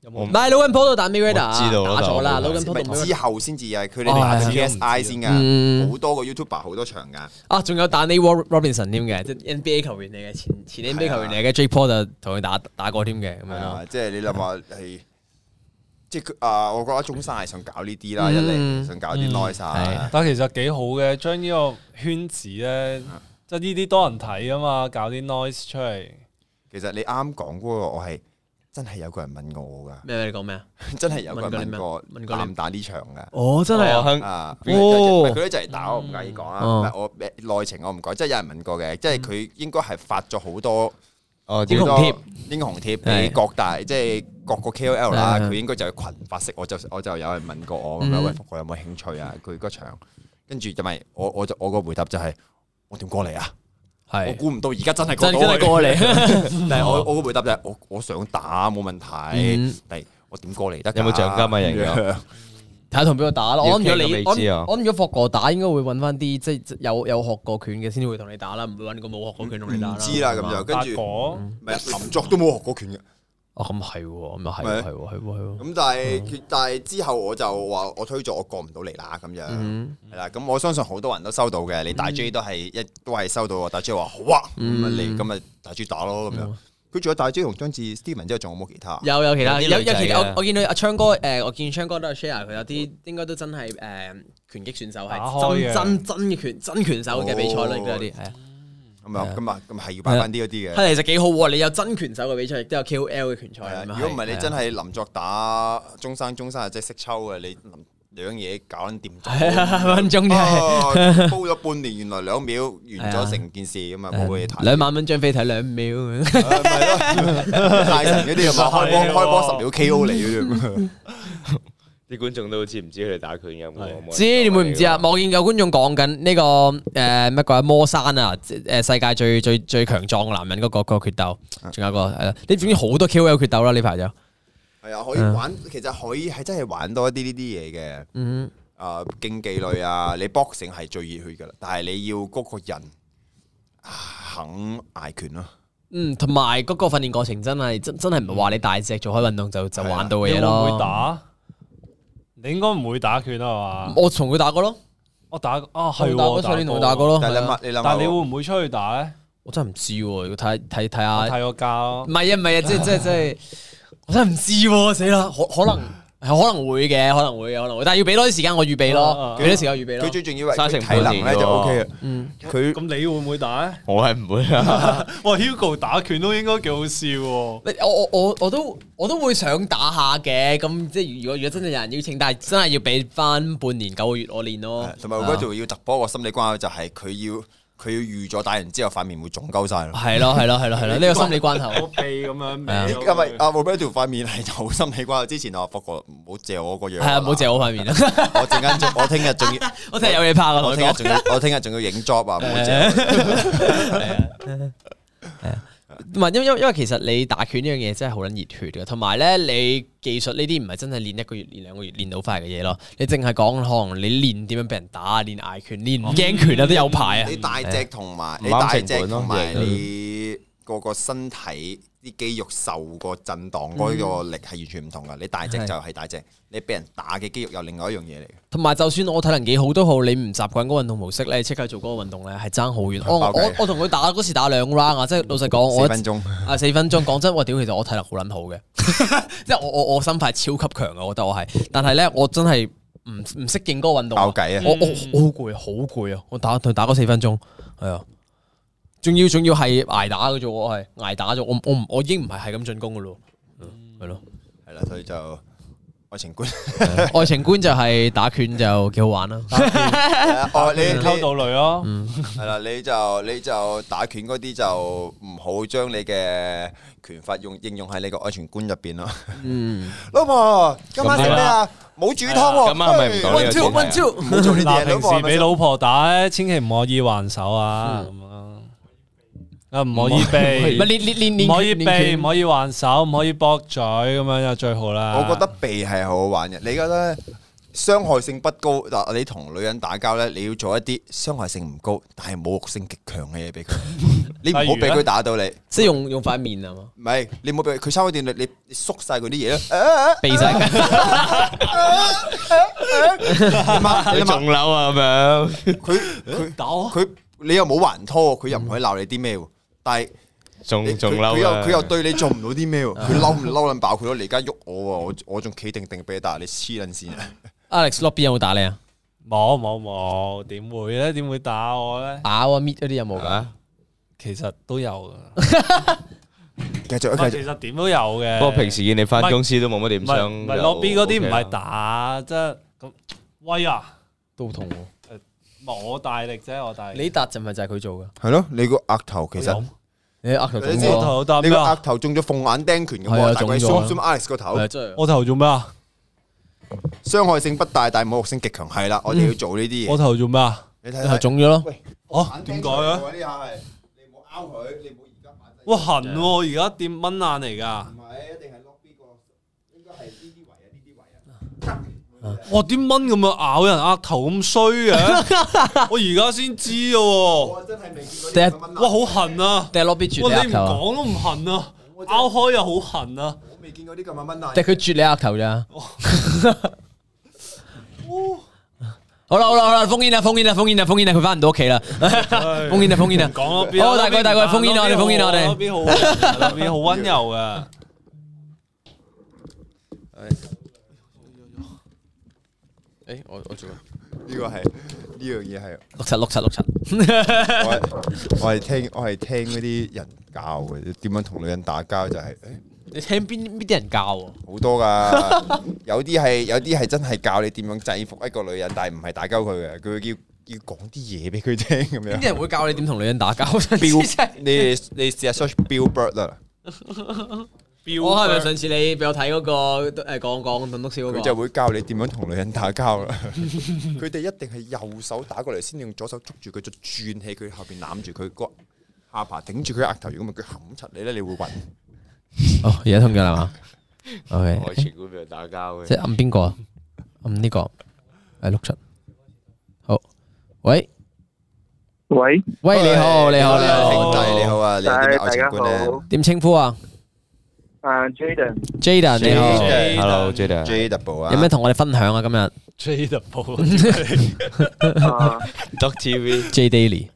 B: 有冇
A: 係 Logan Paul 都打 Mayweather，啊
C: 我知道
A: 打咗啦
C: 但我
A: Logan
D: 咪
A: Paul 同 Mayweather
D: 之後先至係佢哋
A: 哦
D: 打
A: 係
D: KSI 先
A: 嗯
D: 㗎，好多個 YouTuber 好多場㗎。
A: 啊，仲有打 Nate War- Robinson 添嘅，即係 NBA 球員嚟嘅，前前 NBA
D: 係啊
A: 球員嚟嘅 J Paul 就同佢打打過添嘅咁樣
D: 係
A: 咯
D: 啊，。即係你諗下係，即係佢啊，我覺得中山係想搞呢啲啦，
A: 嗯
D: 一嚟想搞啲 noise 啊
A: 係
B: 但其實幾好嘅，將呢個圈子咧，
D: 啊
B: 即係呢啲多人睇啊嘛，搞啲 noise 出嚟。
D: 其實你啱講嗰個，我係真係有個人問我㗎， *laughs*
A: 咩咩？你講咩啊？
D: 真係有個人問過
A: 問過你咩問過
D: 打
A: 你
D: 唔打呢場㗎。
A: 哦，真係啊！
C: 香
D: 啊！
A: 哦
D: 佢哋就佢哋就嚟打我，唔介意講啦。
A: 哦
D: 唔係我內情我唔講，即係有人問過嘅，即係佢應該係發咗好多。
C: 哦，
A: 英
C: 點
A: 雄貼，
D: 英雄貼俾
A: 係
D: 各大即係各個 KOL 啦，
A: 係
D: 佢應該就係群發式，我就我就有人問過我咁樣，
A: 嗯
D: 喂，福哥有冇興趣啊？佢嗰場，跟住就咪我我就我個回答就係我點過嚟啊？我
A: 係
D: 估唔到而家真係過
A: 真
D: 到
A: 真係過嚟，
D: 去， *laughs* 但係我我個回答就係我我想打冇問題
A: 嗯，
D: 但係我點過嚟得㗎？
C: 有冇獎金啊贏咗
D: 咁樣
A: 睇下同邊個打咯。
C: 要
A: 我諗如果
C: 傾
A: 你
C: 個未知
A: 我
C: 啊
A: 我諗如果霍哥打，應該會揾翻啲即係有有學過拳嘅先會同你打啦，唔會揾個冇學過拳同你打啦。
D: 唔知啦咁就跟
B: 八
D: 住嗯
B: 果
D: 唔係林作都冇學過拳嘅。
A: 哦，咁係喎，咁又係
D: 咪
A: 喎，係喎，係喎，係喎。
D: 咁但係佢，但係之後我就話我推咗，我過唔到嚟啦咁樣，係啦。咁我相信好多人都收到嘅，你大 J 都係一都係收到喎。大 J 話好啊，咁啊嚟咁啊大 J 打咯咁樣。佢仲有大 J 同張志 Steven 之後，仲有冇其他？
A: 有有其他
C: 有啲
A: 有
C: 女
A: 有
C: 仔
A: 其他，
C: 啊
A: 我我見到阿昌哥誒，我見昌哥都有 share 佢有啲應該都真係誒拳擊選手
B: 打開
A: 係真
B: 嘅
A: 真真嘅拳真拳手嘅比賽啦，亦都有啲係啊。
D: 咁啊，咁啊，咁係要啊擺翻啲嗰啲嘅。
A: 係其實幾好喎，你有真拳手嘅比賽，亦都有 KOL 嘅拳
D: 係啊
A: 賽。咁樣
D: 如果唔係
A: 係
D: 你真係林作打中山，中山係真係識抽嘅，你兩樣嘢搞緊掂咗。
A: 係啊
D: *laughs*
A: 分鐘真係
D: 啊煲咗半年，原來兩秒完咗成件事咁啊，冇嘢睇。
A: 兩萬蚊張飛睇兩秒咁樣。
D: 咪啊
A: *laughs*
D: 咯，大神嗰啲
A: 啊
D: 係咪開波
B: 係喎
D: 開波十秒 K.O. 你
A: 嗯
D: 嗰啲？
C: 啲觀眾都好似唔知佢哋打拳有
B: 係
C: 冇？
A: 知你會唔知啊？我見有觀眾講緊呢個誒乜鬼啊魔山啊，誒世界最最最強壯嘅男人嗰個嗰個決鬥，
D: 啊
A: 仲有個係啦，你總之好多 KOL 決鬥啦呢排就，
D: 係啊，可以玩，其實可以係真係玩多啲呢啲嘢嘅。
A: 嗯，
D: 啊，競技類啊，你 boxing 係最熱血噶啦，但係你要嗰個人啊肯挨拳咯。
A: 嗯，同埋嗰個訓練過程真係真真係唔係話你大隻做開運動就就
D: 係啊
A: 玩到
B: 你
A: 嘅
B: 會
A: 嘢
B: 唔會
A: 咯。
B: 打？你應該唔會打拳啊嘛？
A: 我同佢打過咯，
B: 我打啊
A: 我
B: 係
A: 同打過
B: 喎
A: 上年同佢打過，咯，
D: 但係
A: 係
D: 你
A: 啊
D: 諗下，你諗
B: 但係你
D: 下
B: 會
D: 我，
B: 唔會出去打咧？
A: 我真係唔知喎，要睇睇睇
B: 我
A: 下。
B: 睇個價咯
A: 唔。係啊，唔係啊，即係即係即係，我真係唔知喎，死啦！可可能係可能會嘅，可能會嘅，可能會，但係要俾多啲時間我預備
B: 啊
A: 咯
B: 啊，
A: 俾多啲時間我預備
D: 佢
A: 咯。
D: 最重要係
C: 生
D: 佢
C: 成
D: 體能咧
C: 本
D: 就
C: 錢喎
D: O.K. 啦。
A: 嗯，
D: 佢
B: 咁你會唔會打咧？
C: 我係唔會啊！
B: 哇，Hugo 打拳都應該幾好笑喎！
A: 你我我我我都我都會想打下嘅，咁即係如果如果真係有人邀請，但係真係要俾翻半年九個月我練咯。
D: 啊
A: 啊
D: 同埋嗰度要突破個心理關口，就係佢要佢要預咗打完之後塊面會腫鳩晒咯。
A: 係啊咯係咯係咯係咯，呢個心理關
B: 個
D: *laughs*
A: 頭。
B: 鼻咁樣
A: 係啊
B: 歪咗佢，
D: 因為阿 Roberto 塊面係有心理關口，之前我發覺唔好借我個樣。
A: 係啊，唔好借我塊面啊！ *laughs*
D: 我陣間仲，我聽日仲要，
A: 我真係有嘢怕噶，同
D: 我
A: 你
D: 聽日
A: 講。
D: 仲要，我聽日仲要影 job 啊！唔好借，
A: 唔係，因為因為因為其實你打拳呢樣嘢真係好撚熱血嘅，同埋咧你技術呢啲唔係真係練一個月、練兩個月練到快嘅嘢咯。你淨係講可能你練點樣俾人打，練挨拳、練唔驚拳啊，都有排啊
D: 你。大隻同埋
C: 唔
D: 你
C: 啱
D: 大
C: 成
D: 隻
C: 本咯
D: 同埋
C: 贏
D: 你個個身體啲肌肉受過震盪嗰個力係完全唔同噶。你大隻就係大隻，你俾人打嘅肌肉又另外一樣嘢嚟嘅。
A: 同埋就算我體能幾好都好，你唔習慣嗰個運動模式咧，即刻做嗰個運動咧係爭好遠。我
D: 爆計
A: 我我同佢打嗰時打兩 round 啊，即係老實講，我
D: 四分 *laughs* 鐘
A: 啊四分鐘，講真，我屌，其實我體能好撚好嘅， *laughs* 即係我我我心肺超級強嘅，我覺得我係，但係咧我真係唔唔適應嗰個運動啊
D: 爆。計啊！
A: 我我我好攰，好攰啊！我打佢打嗰四分鐘，係啊，仲要仲要係挨打嘅啫喎，我係挨打咗，我我唔我已經唔係係咁進攻嘅咯，嗯係咯。
D: 係啦，所以就愛情觀，
A: 愛情觀就係打拳就幾好玩啦，
B: *laughs*
D: 哦你你
B: 溝到女咯，
A: 嗯
D: 係啦，你就你就打拳嗰啲就唔好將你嘅拳法用應用喺你個愛情觀入邊咯。
A: 嗯，
D: *laughs* 老婆，今晚食咩啊？冇煮湯喎。
C: 今晚係咪唔講呢個主題啊
D: 喂唔好做呢啲
B: 嗱
D: 嘢，老
B: 平
D: 婆。
B: 時俾老婆打咧，千祈唔可以還手啊，咁啊，
A: 嗯
B: 啊唔可以
A: 唔係
B: 避，
A: 練練練練
B: 唔可以
A: 練練
B: 避，
A: 拳
B: 唔可以還手，唔可以駁嘴咁樣就最好啦。 *laughs*
D: 我覺得避係好好玩嘅。你覺得傷害性不高，嗱，你同女人打交咧，你要做一啲傷害性唔高，但係侮辱性極強嘅嘢俾佢。你唔好俾佢打到你，
A: 即係用用塊面啊嘛，
D: 唔係你唔好俾佢佢三開店，你你你縮晒佢啲
B: *laughs*
D: 嘢啦。
A: 避 *laughs* 晒佢。
D: 啊你媽你
C: *laughs* 你
D: 媽
C: 仲嬲啊咁樣，
D: 佢佢
B: 打我
D: 佢你又冇還拖，佢又唔可以鬧你啲咩喎。但係你
C: 仲
D: 佢
C: 仲嬲
D: 佢又
C: 啊！
D: 佢又對你做唔到啲咩喎？佢嬲唔 *laughs* 嬲撚爆佢咯？你而家喐我喎，我我仲企定定俾你打，你黐撚線啊！
A: Alex Lobby 有冇打你啊？
B: 冇冇冇，點會咧？點會打我咧？
A: 打啊搣嗰啲有冇噶？
C: 啊
B: 其實都有噶。
D: *laughs* 繼續
B: 啊
D: 繼
B: 其
D: 續，
B: 實點都有嘅。
C: 不過平時見你翻公司都冇乜
B: 唔
C: 點
B: 係
C: 傷，
B: 唔係
C: 就
B: lobby 嗰啲
C: OK
B: 唔
C: 啦
B: 係打，即係咁威啊！
A: 都痛喎。
B: 我大力啫，我大力。
A: 你笪陣咪就係佢做噶？
D: 係咯，你個額頭其實。
A: 你額頭
D: 你
A: 腫
D: 知
B: 我
A: 咗，
B: 頭打
D: 你
B: 咩
D: 個
B: 啊
D: 額？頭中咗鳳眼釘拳
A: 係
D: 嘅喎，
A: 啊
D: 但係佢
A: 中咗
D: zoom zoom Alex 個頭
A: 係，真係。
B: 我頭做咩啊？
D: 傷害性不大，但係侮辱性極強，係啦，我哋要做呢啲
B: 我
D: 嘢。
B: 頭做咩啊？
D: 你
A: 你頭
D: 睇睇，
A: 腫咗咯，
B: 哦，點解啊？？
D: 呢下係你唔好拗佢，你唔好而家擺低。
B: 哇痕喎！而家點蚊眼嚟㗎？
D: 係，一定係 lock 呢個，應該係呢啲位啊，呢啲位啊。
B: 哇！啲蚊咁樣咬人額頭咁衰嘅，我而家先知嘅喎。
D: 真係未見過
A: 呢啲咁嘅
B: 哇！好痕啊！
A: 掟 Lobby 絕
B: 哇！
A: 你額
B: 你唔
A: 頭啊，
B: 講都唔痕啊，咬開又好痕啊！
D: 我未見過啲咁嘅蚊啊
A: 掟佢絕你額頭咋？ *laughs* 好啦好啦好啦，封煙啦封煙啦封煙啦封煙啦，佢翻唔到屋企啦，封煙啦封煙啦。
B: 講咯，邊啊
A: 好大概大概封煙啦我哋封煙啦我哋
B: 邊好溫柔，邊好温柔啊噶。
A: 誒，我我做啊
D: 呢個係呢樣嘢係
A: 六七六七六七，
D: 我係 *laughs* 我係聽我係聽嗰啲人教嘅，點樣同女人打交就係誒
A: 你聽邊邊啲人教喎？
D: 好多
A: *laughs*
D: 噶，有啲係有啲係真係教你點樣制服一個女人，但係唔係打交佢嘅，佢要要講啲嘢俾佢聽咁
A: 邊啲
D: 樣。
A: 人會教你點同女人打 *laughs* 交？
D: Bill，你你試下 search Billboard 啦，
A: 我係咪上次你俾我睇嗰個誒講講棟篤笑
D: 佢
A: 嗰
D: 就
A: 個？
D: 會教你點樣同女人打交啦。 *laughs* 佢哋一定係右手打過嚟，先用左手捉住佢，再轉起佢後邊攬住佢個下巴，頂住佢額頭。如果唔係佢冚柒你咧，你會暈。
A: 哦，而家通咗啦嘛？OK，
C: 我全股俾人打交嘅
A: 即。係暗邊個啊？暗呢個誒六七。好，喂
E: 喂，
A: 喂，哎你好你好你
D: 兄
A: 好，
D: 弟你好啊，你有啲咩愛
E: 哎大
D: 情
E: 家
D: 觀咧
E: 好，
A: 點稱呼啊
E: 啊 à, Jaden，
A: ？Jada 你好，
B: Jaden
C: Hello，Jada，
D: ？J Double 啊，
A: 有咩同我哋分享啊？今日
B: J Double
E: *laughs* 啊，
C: Doc TV，
A: J Daily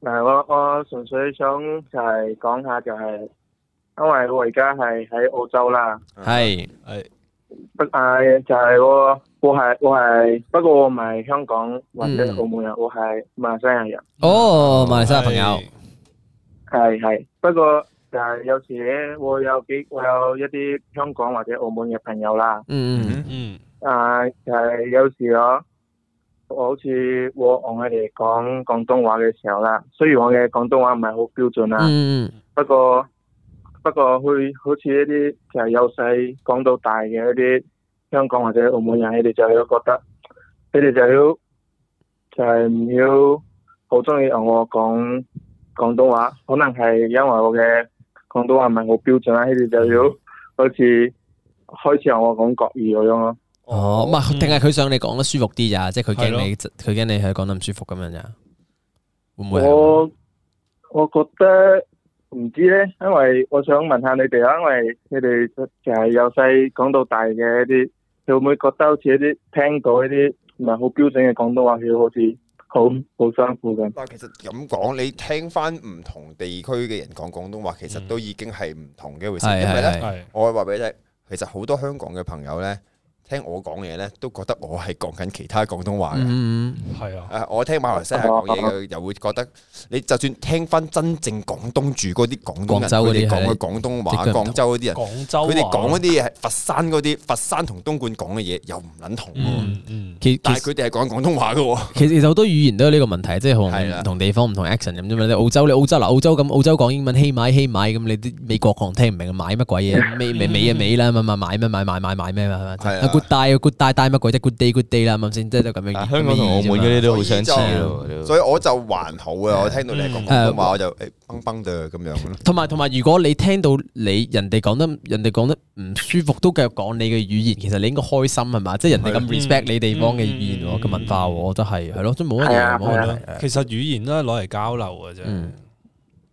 E: 嗱我我純粹想就係講下就係、因為我而家係喺澳洲啦，
A: 係
B: 係
E: 不係就係、我我係我係，不過我唔係香港或者澳門人，我係馬來西亞人，
A: 哦，馬來西亞朋友，
E: 係係，不過就係有時咧，我有幾我有一啲香港或者澳門嘅朋友啦，
A: 嗯嗯
B: 嗯
E: 啊就係、有時我。我好似我同佢哋講廣東話嘅時候啦，雖然我嘅廣東話唔係好標準啦，
A: 嗯嗯
E: 不過不過佢好似一啲就係由細講到大嘅一啲香港或者澳門人，你哋就要覺得你哋就要就係唔要好中意同我講廣東話，可能係因為我嘅廣東話唔係好標準啦，你哋就要好似開始同我講國語咁樣咯。
A: 哦，唔係，定係佢想你講得舒服啲咋？即係佢
B: 係咯
A: 驚你，佢驚你係講得唔舒服咁樣咋？會唔會係咁？
E: 我我覺得唔知咧，因為我想問下你哋啊，因為你哋其實由細講到大嘅一啲，你會唔會覺得好似一啲聽到一啲唔係好標準嘅廣東話，佢好似好好辛苦咁？
D: 但係其實咁講，你聽翻唔同地區嘅人講廣東話，其實都已經係唔同嘅一回事。
A: 嗯係
D: 因為
A: 係
D: 咧，
A: 係
B: 系
D: 我話俾你聽，其實好多香港嘅朋友咧，聽我講嘢咧，都覺得我係講緊其他廣東話嘅。
A: 嗯，
B: 系啊，
D: 啊！我聽馬來西亞
A: 哦
D: 講嘢嘅，又會覺得你就算聽翻真正廣東住嗰啲廣東
A: 廣州嗰啲
D: 人，佢哋講
A: 係
D: 嘅廣東
A: 即
D: 話，
A: 係唔同哦
D: 廣州嗰啲人，
B: 廣州
D: 佢哋
B: 話
D: 講嗰啲嘢呃係佛山嗰啲，佛山同東莞講嘅嘢又唔撚同喎。
B: 嗯嗯
A: 其
D: 但
A: 其
D: 係佢哋係講廣東話嘅喎，
A: 其其實好多語言都有呢個問題，即係可
D: 係
A: 能
D: 啦
A: 唔同地方唔同 accent 咁啫嘛。你澳洲你澳洲嗱澳洲咁，澳洲講英文希買希買咁，你啲美國可能聽唔明買乜鬼嘢，美美美啊美啦，咪咪買咩買買買買咩嘛係
D: 係
A: 咪
D: 啊
A: ？good day good day day 乜鬼啫？good day good day 啦，啱唔啱先？即係都咁樣。
C: 但香港同澳門嗰啲都好相似咯。屌
D: 所以我就還好啊！我聽到你係講廣東
A: 嗯
D: 話，我就誒崩崩的咁樣咯。
A: 同埋同埋，如果你聽到你人哋講得人哋講得唔舒服，都繼續講你嘅語言，其實你應該開心係嘛？即係人哋咁
B: 嗯
A: respect 你地方嘅語言
B: 嗯
A: 喎，嘅文化喎，我覺得係係咯，都冇乜
E: 係
A: 嘢
E: 啊
A: 冇乜嘢。
B: 其實語言都係攞嚟交流嘅啫
A: 嗯。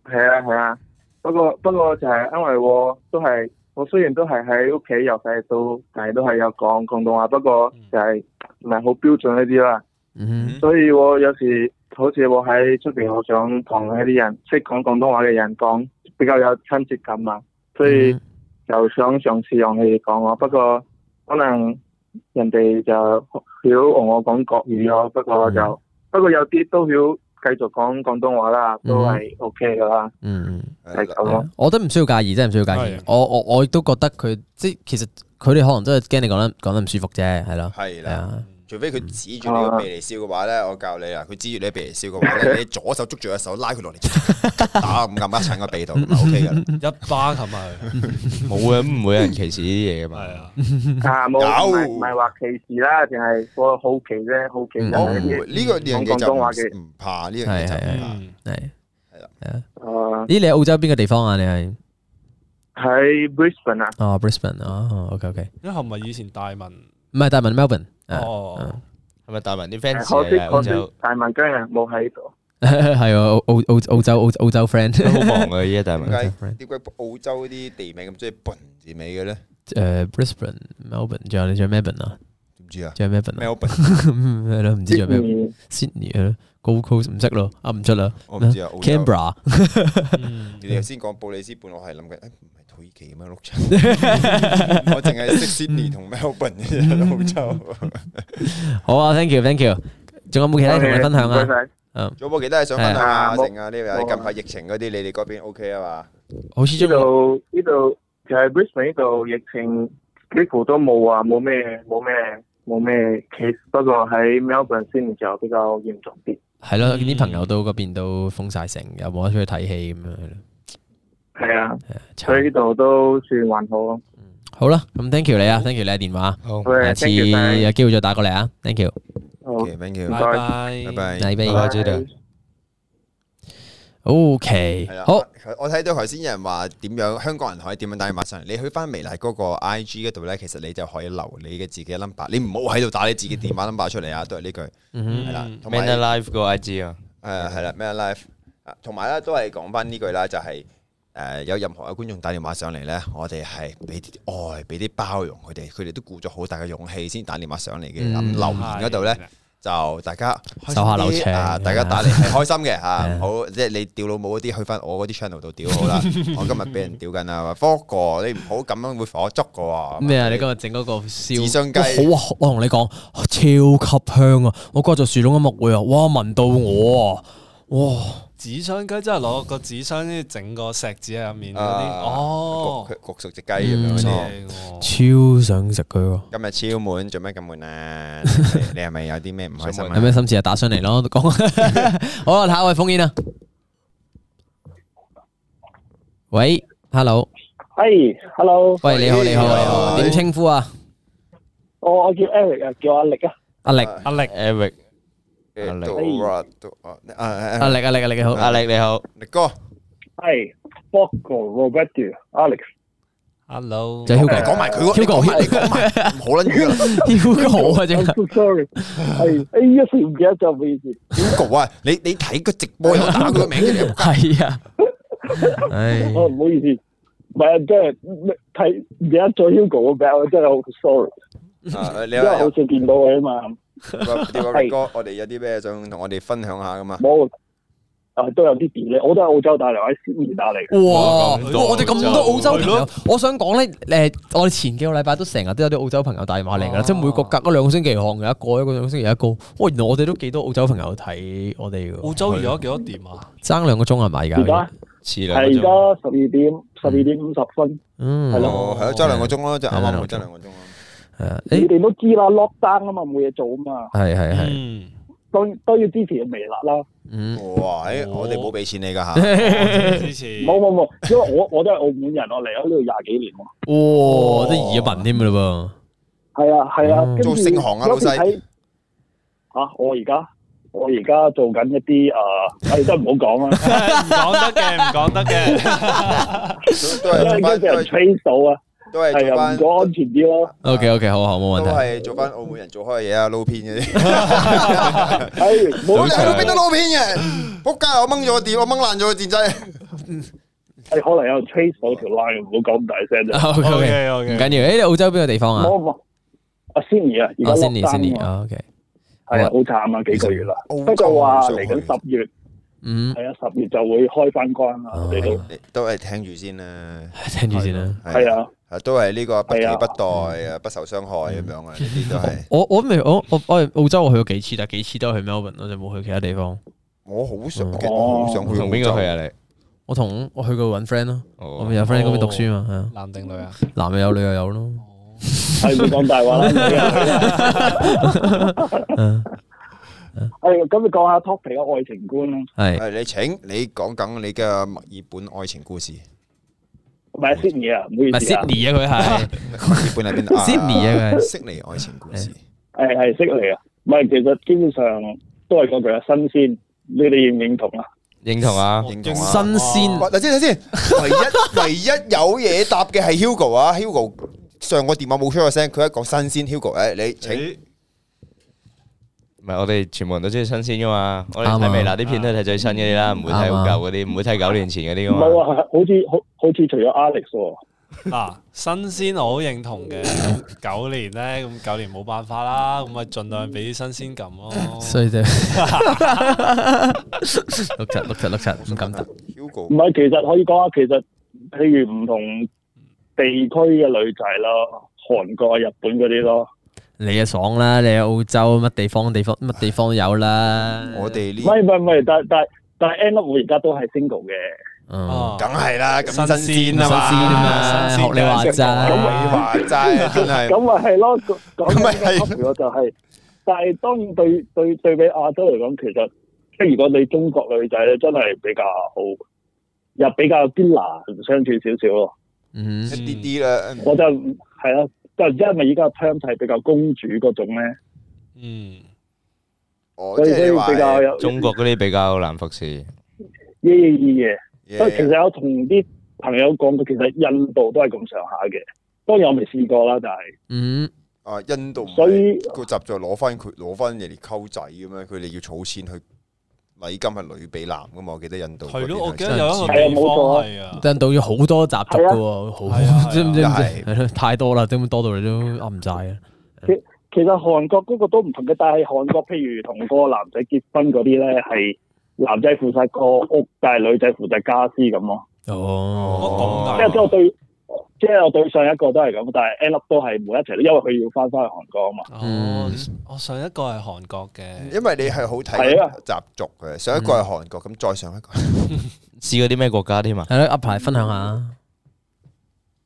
E: 係啊係啊，不過不過就係因為我都係我雖然都係喺屋企由細到大都係有講廣東話，不過就係唔係好標準呢啲啦。
A: 嗯
E: 所以我有時好似我喺出邊，我想同一啲人識講廣東話嘅人講，比較有親切感嘛。所以
A: 哼，
E: 就想嘗試用佢哋講我，不過可能人哋就曉同我講國語咯。不過就、不過有啲都曉繼續講廣東話啦，都係 OK 噶啦，
A: 嗯嗯。
E: 係咁咯。
A: 我覺得唔需要介意，真係唔需要介意
B: 係。啊
A: 我我我亦都覺得佢即係其實佢哋可能真係驚你講得講得唔舒服啫，係咯，
D: 係
A: 係
D: 啦。
A: 啊，哦
D: 除非佢指住你個鼻嚟笑嘅話咧，我教你啦。佢指住你鼻嚟笑嘅話
A: *laughs*
D: 咧，你左手捉住個手拉佢落嚟打咁啱撐個鼻度咁啊，OK 噶啦。
B: 一巴冚埋佢，
C: 冇啊，唔會有人歧視呢啲嘢噶嘛。
B: 係啊，
E: 啊，冇
D: 有
E: 唔係唔係話歧視啦，淨係我好奇啫，好奇人
A: 嗯
D: 我
E: 哋
D: 唔
E: 啲
D: 會呢個呢樣嘢
E: 講廣東話
D: 就
E: 嘅
D: 唔唔怕，呢樣嘢就唔怕。
B: 嗯
A: 係
D: 係啦
A: 係啊。
E: 誒
A: 咦，你喺澳洲邊個地方啊？你係
E: 喺 Brisbane 啊，
A: 哦 Brisbane 哦，OK OK，
B: 因為係咪以前大文
A: 唔係，但係問 Melbourne 啊，
B: 哦
C: 係咪大文啲
E: 可
C: fans
E: 惜
C: 嚟啊？
E: 可
C: 澳
E: 惜
C: 洲
E: 大文今日冇喺度。
A: *laughs* 係啊，澳澳澳澳洲澳澳洲 friend
C: 都好忙啊！依家大文
D: 點解點解澳洲啲地名咁中意笨字尾嘅咧？
A: 誒 Brisbane Melbourne，仲有你仲有 Melbourne 啊，
D: 唔知啊
A: 仲有 Melbourne 啊，
D: ，Melbourne
A: *laughs* 係咯，唔知仲有 Melbourne
E: 嗯
A: Sydney 係咯，Gold Coast 唔識咯，噏唔出啦
D: 我唔知啊。澳洲
A: ，Canberra *laughs*
B: 嗯
D: 你哋頭先講布里斯本，我係諗緊，誒唔係土耳其咩碌柒？ *laughs* 我淨係識 Sydney 同 Melbourne 嘅啫澳洲。 *laughs*
A: 好啊，thank you thank you，仲有冇其他嘢同你分享
E: 唔該
A: 啊？
E: 晒
D: 仲有冇其他嘢想分享啊？
E: 係啊
D: 成啊呢位近排疫情嗰啲，你哋嗰邊 OK 啊嘛？
A: 好似仲
E: 呢
A: 有
E: 度呢度其實 Brisbane 呢度疫情幾乎都冇話冇咩冇咩冇咩 case，不過喺 Melbourne 先就比較嚴重啲。
A: 係咯，
B: 嗯
A: 啲朋友都嗰邊都封晒城，又冇得出去睇戲咁樣，係咯
E: 係啊，
A: 係啊
E: 所以呢
A: 慘
E: 度都算還好咯。
A: 好啦，咁 thank you 你啊，thank you 你嘅電話，
C: 好，
E: 好
A: 下
E: 嘅
A: 次
E: ，thank you，
A: 有機會再打過嚟啊，thank you，
E: 好，
D: ，OK，thank you，
E: 唔
B: 拜
E: 該
B: 拜
D: 拜
A: 拜
D: 拜。
C: 拜拜
A: 拜
C: 知道
A: OK，
D: 係啦，啊
A: 好，
D: 我我睇到頭先有人話點樣香港人可以點樣打電話上嚟，你去翻微辣嗰個 I G 嗰度咧，其實你就可以留你嘅自己嘅 number，你唔好喺度打你自己電話 number 出嚟啊，都係呢句
A: 嗯
D: 係啦，同
C: Man
D: 埋
C: Alive 個 IG 啊，
D: 誒係啦咩 life 啊，同埋咧都係講翻呢句啦，就係誒有任何嘅觀眾打電話上嚟咧，我哋係俾啲愛，俾啲包容佢哋，佢哋都鼓咗好大嘅勇氣先打電話上嚟嘅，咁
A: 嗯
D: 留言嗰度咧。就大家
A: 手下留情
D: 開心啲啊！大家
A: 係啊
D: 打嚟係開心嘅嚇，唔好即係你屌老母嗰啲去翻我嗰啲 channel 度屌好啦。我今日俾人屌緊啊，科哥你唔好咁樣會火燭噶喎。
A: 咩啊？你今日整嗰個燒
D: 紙箱雞
A: 哇好啊！我同你講，超級香啊！我嗰日做樹窿音樂會啊，哇，聞到我啊，哇！
B: 紙箱雞真係攞個紙箱跟住整個石子喺入面嗰啲，
D: 啊
B: 哦
D: 焗，焗熟只雞咁
A: 哦
D: 樣嗰
B: 正
D: 啲。
B: 喎，
A: 超想食佢喎，
D: 今日超滿，做咩咁悶啊？你係咪有啲咩唔開心
A: 有
D: 啊？
A: 咩心事啊？打上嚟咯， *laughs* 講好啊！下一位烽煙啊，喂，hello，
F: 哎，hello，
A: 喂，你好，你好，你
D: 你好
A: 好，點稱呼啊？
F: 我我叫 Eric 啊，叫阿力啊，
A: 阿力，
B: 壓力
C: Eric
D: 誒
C: 力
D: 都啊都啊啊啊
A: 阿力，阿力，阿力，你好，
C: 阿力你好，
D: 力哥，
F: 係 Fogo Roberto Alex，
B: ，hello，
A: 就係
D: 你講
A: Hugo，Hugo
D: 埋佢嗰，
A: Hugo，
D: 你講埋，你
A: *laughs*
D: 講埋，唔好撚語啦。
A: 啊，
F: I'm
A: 正 *laughs*
F: so sorry，係，哎，一時唔記得咗，唔好意思，
A: *laughs*
D: Hugo 啊，你你睇個直播有打佢個名嘅，你有冇
A: 係啊，
C: 唉，
E: 哦，
F: Oh,
E: 唔好意思，唔係啊，即係睇而家做 Hugo 嗰 b 我真係好 sorry，
D: 啊你
E: 因為
D: 話
E: 好
D: 有
E: 少見到佢啊嘛，
D: 你話 Rick 哥，我哋有啲咩想同我哋分享下噶嘛？
E: 冇啊都有啲 delay，我都係澳洲帶嚟，我喺 Sydney 帶嚟嘅，
A: 哇！哇
B: 咁多
A: 我哋咁多澳
B: 澳
A: 洲
B: 洲
A: 朋友，我想講咧，誒，我哋前幾個禮拜都成日都有啲澳洲朋友帶埋嚟㗎啦，即係每個隔嗰兩個星期行有一個，一個兩個星期有一個。哇！原來我哋都幾多澳洲朋友睇我哋
B: 澳
A: 㗎，
B: 洲而家幾多點啊？
A: 爭兩個鐘係咪
E: 而
A: 㗎
E: 家？
C: 遲
E: 係
C: 兩個鐘，
E: 而家十二點十二點五十分，
A: 嗯，
E: 係咯
D: 哦，係咯，爭兩個鐘咯，即係啱啱好
A: 係
D: 爭
A: 兩
D: 兩個鐘咯。
A: 係啊
E: 你
A: 誒，
E: 哋都知啦，lockdown 啊嘛，冇嘢做啊嘛，
A: 係係係，
B: 嗯，
E: 當然都要支持微辣啦，
A: 嗯，
D: 哇！誒，我哋冇俾錢你噶嚇，
B: 之前
E: 冇冇冇，因為我我都係澳門人，我嚟咗呢度廿幾年啊喎，
A: *laughs* 哇！即係移民添㗎嘞
E: 係啊係啊，
A: 嗯
E: 跟住
D: 做星行啊
E: 有時
D: 老細
E: 睇嚇我而家我而家做緊一啲啊 *laughs* 誒，誒都唔好講啦。
B: 唔講得嘅，唔講得嘅。
A: *laughs*
D: 都
E: 因
D: 係
E: *laughs* 為
D: *laughs* 做翻，
E: 驚俾
D: 都
E: 人
D: 係
E: trace 到啊，
D: 都係做
E: 係啊，唔
D: 翻，
E: 講安
D: 都
E: 全啲咯。
A: OK OK，好好冇問題。
D: 係做翻澳門人做開嘅嘢啊，撈片嗰啲。
E: 唉，哎唔好
D: 我哋喺度邊度撈片嘅？仆街！我掹咗個碟，我掹爛咗個電掣。
E: 係可能有人 trace 到
A: 哦
E: 條 line，唔好講咁大聲啫。
A: *laughs* OK OK，唔
B: OK，OK
A: 緊要。誒，你澳洲邊個地方啊？
E: 啊我唔阿 Sydney 啊，而
A: 啊
E: 家
A: Sydney
E: lockdown
A: Sydney，
E: 啊嘛
A: 啊，OK，
E: 係啊，好慘啊，幾個月啦。
D: 澳
E: 不過話
D: 洲
E: 嚟緊十月，
A: 嗯，
E: 係啊，十月就會開翻關啦。
A: 哦
E: 嚟到
D: 都係聽住先啦。
A: 聽住先啦。
E: 係啊，
D: 啊，都係呢個不期
E: 係啊
D: 不待啊，不受傷害咁樣啊，呢啲都係。
A: 我我未我我我澳洲我去咗幾次，但係幾次都係去 Melbourne，我就冇去其他地方。
D: 我好想，
A: 嗯
D: 其實我好想去。
C: 同邊個去？啊？你
A: 我同我去過揾 friend 咯，我咪
C: 哦，
A: 有 friend 喺嗰邊讀書嘛，係啊，
B: 男定女啊？
A: 男又有，女又有咯。
E: 係唔好講大
A: *laughs*
E: 話啦。啊
A: 嗯，
E: 係啊咁，你講下 topic 嘅愛情觀啦。
A: 係
D: 係你請你講緊你嘅墨爾本愛情故事。
E: 唔係 Sydney 啊，唔好
A: 嗯唔係
E: 意思啊，
A: Sydney 啊？佢係
D: 墨爾本喺邊啊
A: Sydney 啊佢係
D: 悉尼愛情
A: Dạ.
D: 故事。
E: 係係識嚟啊。唔係，其實基本上都係嗰句啊，新鮮。你哋認唔認同啊？
C: 認同啊，
D: 認同啊
A: 新鮮
D: 喂，等先，等先，唯一唯一有嘢答嘅係 Hugo 啊，Hugo 上個電話冇出個聲，佢一講新鮮，Hugo，誒，你請
B: 咦
C: 唔係我哋全部人都中意新鮮噶嘛，我哋
A: 啱啊
C: 睇微辣啲片都係睇最新嗰啲啦，唔會睇好舊嗰啲，唔會睇九年前嗰啲
E: 唔
C: 噶
E: 係
C: 嘛。
E: 話好似好好似除咗 Alex 喎。
B: 嗱，啊新鮮我好認同嘅，九年咧，咁九年冇辦法啦，咁咪盡量俾啲新鮮感咯。
A: 衰 *laughs* 啫。六七六七六七，唔敢得。
E: 唔
D: ，Hugo
E: 係，其實可以講下，其實譬如唔同地區嘅女仔咯，韓國、日本嗰啲咯，
A: 你啊爽啦，你喺澳洲乜地方地方乜地方有啦。
D: 我哋
E: 唔
D: 呢，
E: 係唔係唔係，但但但係 end up 我而家都係 single 嘅，
A: 嗯，
B: 啊
D: 梗係啦，咁新鮮
A: 新鮮
D: 啊嘛，
A: 啊嘛，
B: 新鮮
A: 學你話
D: 你
A: 齋。
D: 話齋真係
E: 咁咪係咯，講講
D: 咁咪
E: 緊
D: 係
E: 呢個 topic 我就係、但係當然對對對比亞洲嚟講，其實即係如果你中國女仔咧，真係比較好，又比較啲難相處少少咯。
A: 嗯
D: 一啲啲啦。
E: 我就係啊，就因為而家 term 係比較公主嗰種咧，
B: 嗯，
D: 哦，
E: 所
D: 即
E: 以
D: 係你
E: 所
D: 話
E: 以比較有
C: 中國嗰啲比較難服侍，
E: 依依嘢。所以其
D: 嘢
E: 實有同啲朋友講過，其實印度都係咁上下嘅。當然我未試過啦，但係
A: 嗯，
D: 啊，印度唔係
E: 所以
D: 個習俗攞翻佢攞翻人哋溝仔咁樣，佢哋要儲錢去禮金係女俾男噶嘛，我記得印度
B: 係
D: 嗰邊
B: 咯，我記
D: 真
B: 得
D: 係
B: 有一個地方係啊，
A: 印度要好多習俗嘅喎，
B: 係啊係
A: 好
B: 啊
A: 知唔知？
D: 又
A: 係
D: 係
A: 咯，太多啦，點多到你都噏唔晒啊！
E: 其實韓國嗰個都唔同嘅。但係韓國譬如同個男仔結婚嗰啲咧，係男仔負責個屋，但係女仔負責家私咁咯。
A: 哦，
B: 哦
D: 啊
E: 即係即係我對，即係我對上一個都係咁，但係 end up 都係冇一齊，因為佢要翻返去韓國啊嘛。
B: 哦
A: 嗯，
B: 我上一個係韓國嘅，
D: 因為你係好睇
E: 係啊
D: 習俗嘅，上一個係韓國，
A: 嗯
D: 咁再上一個
C: 試過啲咩國家添啊？
A: 係咯，阿排分享下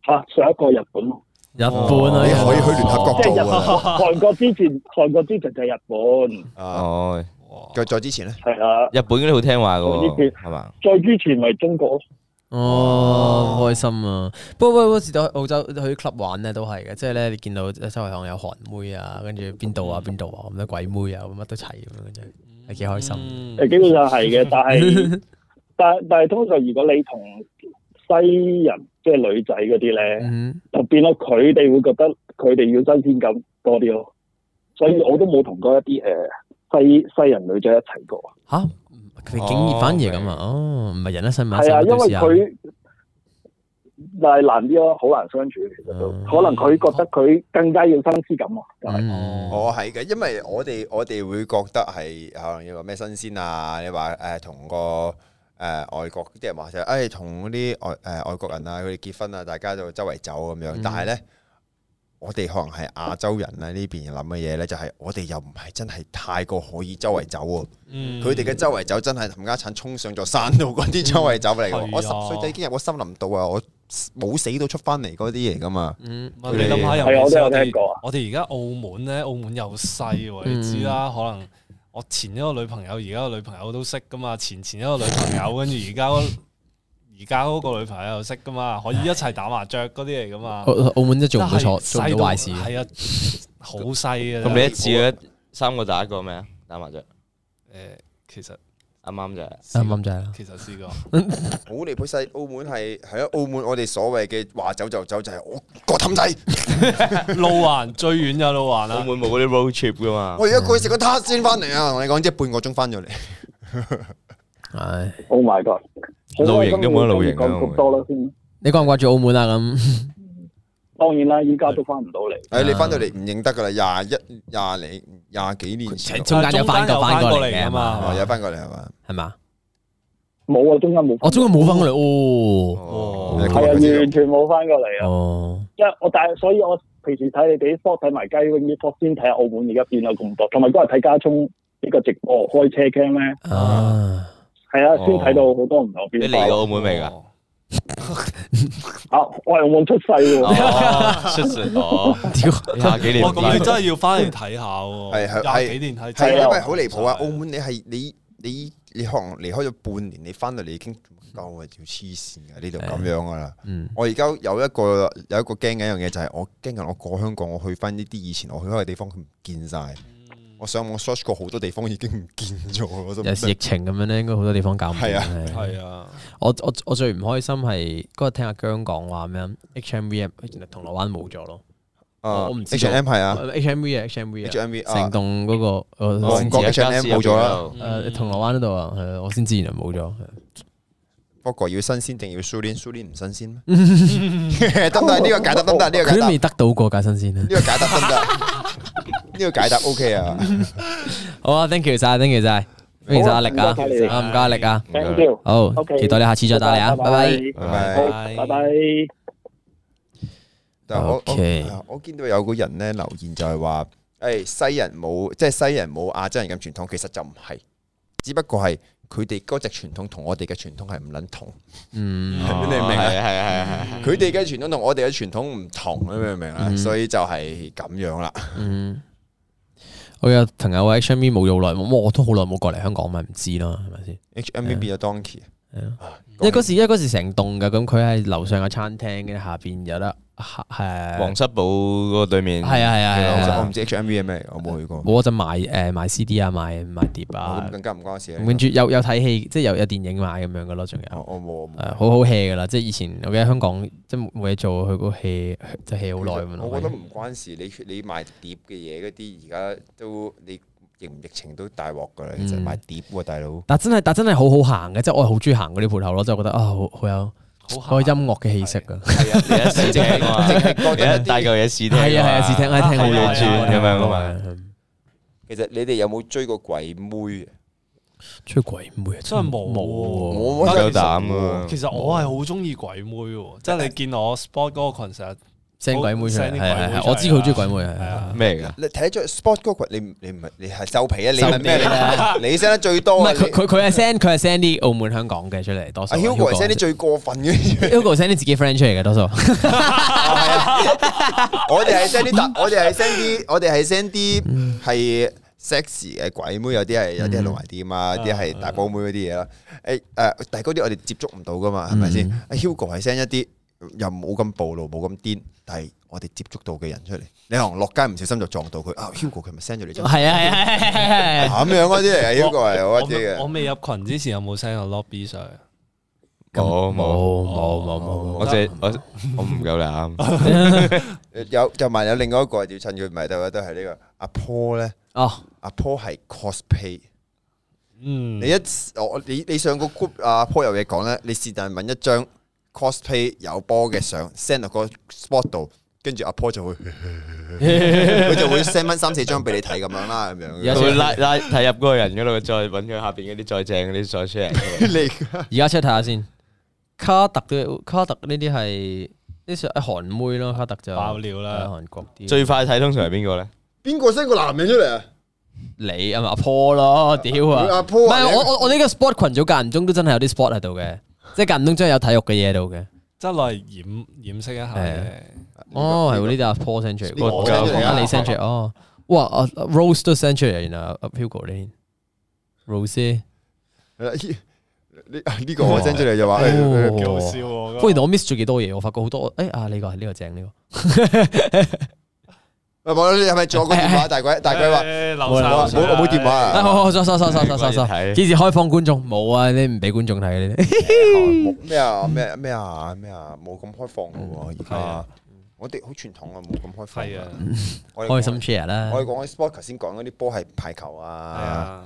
E: 嚇、上一個日本咯，
A: 日本啊，
D: 你
A: 呢個
D: 哦可以去聯合國
E: 即係日
D: 做
E: 本
D: 啊。
E: 韓國之前，韓國之前就係日本，
D: 啊，
C: 哦，
B: 哇
D: 再再之前咧，
E: 係啊，
C: 日本嗰啲好聽話噶
E: 嗰啲
C: 喎，
E: 叫
C: 係嘛？
E: 再之前咪中國咯。
A: 哦，開心啊！不過不過嗰時到澳洲去 club 玩咧都係嘅，即係咧你見到周圍行有韓妹啊，跟住邊度啊邊度啊咁多鬼妹啊，咁乜都齊咁樣，跟住係幾開心。
B: 嗯
E: 誒，基本上係嘅，但係但但係通常如果你同西人即係女仔嗰啲咧，
A: 嗯，
E: 就變咗佢哋會覺得佢哋要新鮮感多啲呃咯。所以我都冇同過一啲誒、西西人女仔一齊過，
A: 吓，佢竟然反而係咁啊！哦，唔係人一生馬一世
E: 啊，
A: 乜
E: 因
A: 都
E: 為
A: 試下。
E: 佢但係難啲咯，好難相處。其實都
A: 嗯
E: 可能佢覺得佢更加要新鮮感啊，就係
A: 嗯
D: 我係嘅，因為我哋我哋會覺得係可能要話咩新鮮啊，你話誒同個誒、呃外國啲人話就誒同嗰啲外誒外國人啊，佢哋結婚啊，大家就周圍走咁樣。
A: 嗯
D: 但係咧，我哋可能係亞洲人咧呢邊諗嘅嘢咧，就係我哋又唔係真係太過可以周圍走喎。
B: 嗯
D: 佢哋嘅周圍走真係冚家鏟衝上咗山度嗰啲周圍走嚟㗎。
B: 嗯係
D: 我十
B: 啊
D: 歲就已經入咗森林度啊，我冇死到出翻嚟嗰啲嚟㗎嘛。
A: 嗯
B: 唔係你諗下，
E: 係
B: 尤
E: 我
B: 其是
E: 都有
B: 我
E: 聽
B: 哋
E: 過啊。嗯
B: 我哋而家澳門咧，澳門又細喎，你知啦。可能我前一個女朋友，而家個女朋友都識噶嘛，前前一個女朋友，跟住而家嗰而家嗰個女朋友又識噶嘛，可以一齊打麻雀嗰啲嚟噶嘛
A: 澳。
C: 哦
A: 澳門真係做唔到錯，做
B: 但係
A: 唔
B: 細
A: 到壞事。
B: 係啊，好細嘅。
C: 咁你一次嗰三個打一個咩啊？打麻雀
B: 誒，其實
C: 啱啱就係
A: 啱啱就係啦。
B: 其實試過，
D: 好離譜細，澳門係係啊！澳門我哋所謂嘅話走就走就係我個氹仔，
B: 路環最遠就路環啊
C: 澳
B: 啦。
C: 門冇嗰啲 road trip 噶嘛
D: 我。而家過去食個塔先翻嚟啊！我同你講，即係半個鐘翻咗嚟。
A: 唉，
E: Oh my god！
C: 露營都冇得露營啊
E: 講多啦先。
A: 你掛唔掛住澳門啊？ *laughs* 咁
E: 當然啦，依家都翻唔到嚟。
D: 誒，你翻到嚟唔認得噶啦，廿一、廿零、廿幾年前，
A: 中間有翻過翻過嚟嘅
D: 哦，
A: 嘛
D: 有，翻過嚟係嘛？
A: 係嘛？
E: 冇啊，中間冇返。
A: 我中間冇翻過嚟哦。
C: 哦
D: 你
E: 係啊，
D: 講佢
E: 完全冇翻過嚟啊！
A: 哦，
E: 因為我但係所以我平時睇你哋啲 sport 睇埋雞 wing 啲 sport 先睇下澳門而家變咗咁多，同埋嗰日睇家聰呢個直播開車 cam 咧，
A: 啊，
E: 係啊，
C: 哦
E: 先睇到好多唔同
C: 你
E: 變化
C: 嚟過澳門未㗎？
D: 啊
B: 哦？
E: 啊！我係澳門出世 *laughs*
A: 啊
E: 喎，
C: 哦，出世哦，
A: 屌，
D: 啊
C: 廿幾
B: 哇！
C: 年
B: 咁你真
C: 前。
B: 係要翻嚟睇下喎，
D: 係係係
B: 廿幾年係
D: 係
B: 真
D: 因
B: 係
D: 為好離譜啊！澳門你係你你你可能離開咗半年，你翻到嚟已經夠啊！條黐線嘅呢度咁樣噶啦。
A: 啊嗯，
D: 我而家有一個有一個驚嘅一樣嘢就係我驚緊我過香港，我去翻呢啲以前我去開嘅地方，佢唔見晒。
A: 嗯
D: 我上網 search 過好多地方已經唔見咗，我都唔
A: *laughs* 有時疫情咁樣咧，應該好多地方搞唔掂。
D: 係啊
A: 係
B: 係啊，
A: 我我我最唔開心係嗰日聽阿姜講話咩啊？HMV 啊，原來銅鑼灣冇咗咯。
D: 啊
A: 我唔知
D: H M 係啊
A: HMV 啊，HMV 啊
D: ，H M V
A: 成
D: 啊，
A: 棟嗰個呃我
D: 哦嗯
A: 我
D: 唔覺
C: 自己一間私人
D: 冇咗啦
C: 鋪頭
A: 呃誒銅鑼灣嗰度啊，係啊我先知原來冇咗。
D: 不過要新鮮定要 s u l i n s u l i n 唔新鮮
A: *laughs*
D: 咩？*laughs* 得唔得？呢個解答得唔得？呢個
A: 佢
D: 解
A: 都
D: 答
A: 未得到過㗎新鮮啊！
D: 呢個解答得唔得？呢個解答 OK 啊！
A: 好啊，thank you 晒，thank you 晒，thank you 晒阿力啊
E: 唔該晒你，哋
A: 啊唔該阿力啊，
E: thank you。
A: 好
E: OK，
A: 期待你下次再打嚟啊，拜拜。
D: 拜
C: 拜
D: 拜。
E: 好，拜拜。
D: 但係我
A: OK
D: 我我見到有個人咧留言就係話：，誒西人冇即係西人冇亞洲人咁傳統，其實就唔係，只不過係佢哋嗰隻傳統同我哋嘅傳統係唔撚同。
A: 嗯，
D: 你明唔明啊
C: 係啊係啊係啊！
D: 佢哋嘅傳統同我哋嘅傳統唔同，你明唔明啊？
A: 嗯
D: 所以就係咁樣啦。
A: 嗯，我有朋友喺 HMV 冇咗好耐，我我都好耐冇過嚟香港，咪唔知咯，係咪先？
D: H M V
A: 嗯
D: 變咗 Donkey，
A: 因為嗰時因為嗰時成棟噶，咁佢喺樓上嘅餐廳嘅下邊有得係
C: 黃室堡嗰個對面
A: 係啊係啊係
D: 我唔知我
A: 啊
D: 唔，知 H M V 係咩嚟，我冇去過。
A: 我就買誒買 CD 啊，買買碟
D: 哦
A: 啊
D: 咁，更加唔關我事啦。
A: 咁跟住有有睇戲，即係有有電影買咁樣噶咯，仲有
D: 我。我冇我冇
A: 誒好好 hea 噶啦，即係以前我記得香港即係冇嘢做，去個 hea 就 hea 好耐咁樣咯。
D: 我覺得唔關事，你你賣碟嘅嘢嗰啲，而家都你疫唔疫情都大鑊㗎啦。其實
A: 嗯
D: 賣碟喎，大佬。
A: 但真係但真係好好行嘅，即係我係好中意行嗰啲鋪頭咯，即係覺得啊好好有
B: 好
A: 好有音樂嘅氣息啊。
D: 係啊，
C: 你一試聽啊嘛，
D: 淨係覺
C: 你
D: 得
C: 一帶嚿嘢試聽
A: 係啊係啊，試聽啊聽好
C: 好
A: 耐
C: 遠轉咁樣噶嘛。
A: 嘛。
D: 其實你哋有冇追過鬼妹啊？
A: 追鬼妹啊，
B: 真係冇
A: 冇喎。
D: 我
B: 我
C: 有膽啊！
B: 其實我係好中意鬼妹喎，即係你見我 sport 嗰個群成日
A: send 鬼妹出嚟，
B: send 啲鬼妹
A: 係係
B: 出嚟啊
A: 係，我知佢好中意鬼妹係
B: 係
A: 係係
B: 啊，
C: 咩嚟㗎？
D: 你睇得出 sport 嗰個，你唔你唔係你係收皮啊？你
A: 收
D: 係咩嚟㗎？你 send 得最
A: 唔
D: 多啊。
A: 係佢
D: 你
A: 佢佢係 send 佢係 send 啲澳門香港嘅出嚟，多數。
D: 阿 Hugo 係 send 啲最過分嘅 *laughs* 嘢。
A: Hugo send 啲自己 friend 出嚟嘅多 *laughs* 數。
D: 我哋係 send 啲特，我哋係 send 啲，我哋係 send 啲係 sexy 嘅鬼妹，有啲係有啲係老埋啲啊，有啲係大波妹嗰啲嘢啦。誒誒，但係嗰啲我哋接觸唔到噶嘛，係咪先？阿 Hugo 係 send 一啲又冇咁暴露、冇咁癲，但係我哋接觸到嘅人出嚟，你可能落街唔小心就撞到佢啊！Hugo 佢咪 send 咗你張
A: 係啊係啊係啊係啊係啊。
D: 咁樣嗰啲嚟嘅，Hugo 係我知
B: 我
D: 嘅。
B: 未入群之前有冇 send 個 lobby 上去？
C: 冇
A: 冇
C: 冇，
A: 哦冇冇冇。
C: 我只我我唔夠 *laughs* 膽。
D: 有就埋有另外一個，要趁佢唔係得，都係呢個阿 Paul 咧，
A: 哦，
D: 阿 Paul 係 cosplay。
B: 嗯
D: 你一我你你上個 group 阿 p 有嘢講咧，你是但揾一張 cosplay 有波嘅相 send 落個 spot 度，跟住阿 p 就會佢就會 send 翻三四張俾你睇咁樣啦，咁
A: 有
C: 佢
A: 時
D: 樣。
C: 會拉拉睇入嗰個人嗰度，再揾佢下邊嗰啲再正嗰啲再 *laughs* share 出嚟。
D: 你
A: 而家 check 睇下先。卡特嘅卡特呢啲係呢啲係韓妹咯，卡特就
B: 爆料啦
A: 係韓國啲。
C: 最快睇通常係邊個咧？
D: 邊個 send 個男人出嚟啊？
A: 你啊嘛，阿 Paul 咯，屌啊！
D: 阿
A: 唔
D: Paul 啊
A: 係
D: 你
A: 我我我呢個 sport 群組間唔中都真係有啲 sport 喺度嘅，即係間唔中真係有體育嘅嘢喺度嘅。
B: 即係攞嚟掩掩飾一下嘅
A: 係。哦，係喎，呢啲阿 Paul send 出嚟，
D: 個
A: 我
C: 我 send 出嚟啊
A: 啊你 send 出嚟哦。哇，阿阿 Rose 都 send 出嚟，原來阿阿 Hugo 呢？Rose，
D: 呢 *laughs* 呢個我 send 出嚟就話，誒
B: 幾好
A: 哦
B: 笑喎！
A: 喂，原來我 miss 咗幾多嘢，我發覺好多。誒啊，呢個係呢個正呢個。
D: 喂冇啦你係咪仲有個電話？大鬼大鬼話
B: 流晒
D: 我
B: 口水
D: 我冇電話
A: 啊，
D: 啊！
A: 好好，收收收收收收
C: 唔
A: 收
C: 關嘢睇，
A: 幾時開放觀眾？冇啊，你唔俾觀眾睇嘅呢啲。
D: 哦冇咩啊咩咩啊咩啊，冇咁開放嘅喎，
B: 係
D: 而
B: 啊
D: 家我哋好傳統啊，冇咁開放
B: 係啊
D: 㗎。我哋
A: 開心 share 啦
D: 我，哋講開 sport，頭先講嗰啲波係排球
B: 係
D: 啊、
B: 啊，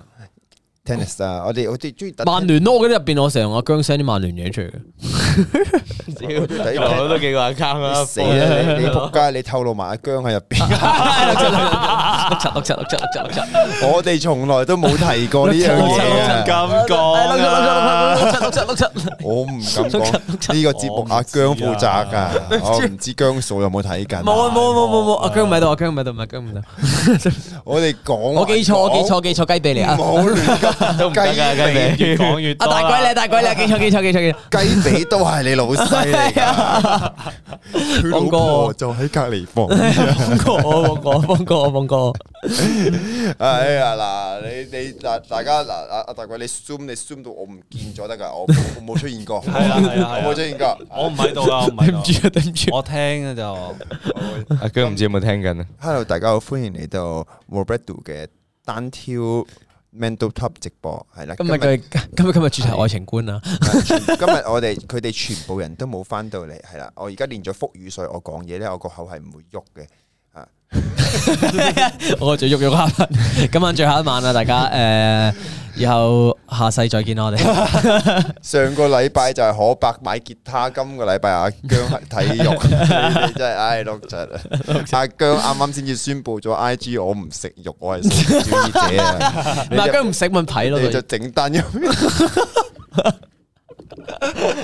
D: tennis 啊，我哋我哋中意特
A: 曼聯咯，我覺得入邊我成日用阿姜 send 啲曼聯嘢出嚟嘅。
D: 睇
C: 屌我都幾個 account *laughs*
A: 啊
C: 啦，
D: 死啦！你你仆街，你透露埋阿姜喺入邊，
A: *laughs* 六七六七六七六七六七六
D: 我哋從來都冇提過呢樣
B: 我
A: *laughs*
D: 嘢啊！
B: 咁講啊，
A: 七六七六七六七
D: 我唔敢講呢個節目阿姜負
B: 啊
D: 責噶，我唔知姜嫂有冇睇緊。
A: 冇啊冇啊冇冇冇，阿姜唔喺度，阿姜唔喺度，唔係姜唔喺度。
D: 我哋講
A: 我記錯，我
D: 어?
A: 記錯，記錯雞髀嚟
D: 唔
A: 啊！
D: 好
A: *laughs*
D: 亂
C: 都唔得㗎， *laughs* 跟
A: 哎
C: 住
B: 越講越
A: 阿
B: 多
A: 大鬼你，大鬼你，記錯記錯記錯記錯。
D: 雞髀都係你老細
B: *laughs*
D: 嚟噶，佢老婆就喺隔離房。
A: 放過我，放過我，放過我，放過我。
D: 哎呀嗱，你你嗱，大家嗱，阿阿大鬼，你 zoom 你 zoom 到我唔見咗得㗎，我我冇出 *laughs* 現過，
B: *laughs* 係啦係啦係啦
D: 我冇出現過。
B: 我唔喺度啊，我唔喺
A: *laughs* 對唔
B: 度，
A: 住啊，對唔住。
B: 我聽嘅就
C: 阿姜唔知有冇聽緊啊？
D: Hello，大家好，歡迎嚟到 Roberto 嘅單挑 Mental Top 直播，係啦。
A: 今日嘅今日今日主題愛情觀 *laughs* 啊，
D: *laughs* 今日我哋佢哋全部人都冇翻到嚟，係啦。我而家練咗腹語，所以我講嘢咧，我個口係唔會喐嘅。
A: 我最喐喐下。今晚最後一晚啦，大家誒，以後下世再見啦，我哋。
D: 上個禮拜就係可伯買吉他，今個禮拜阿姜體育，你哋真係唉碌柒啊！阿姜啱啱先至宣布咗 I G，我唔食肉，我係素食主義者啊！
A: 唔
D: 你
A: 係
D: 就
A: 姜唔食問睇咯，
D: 你就
A: 佢
D: 整單一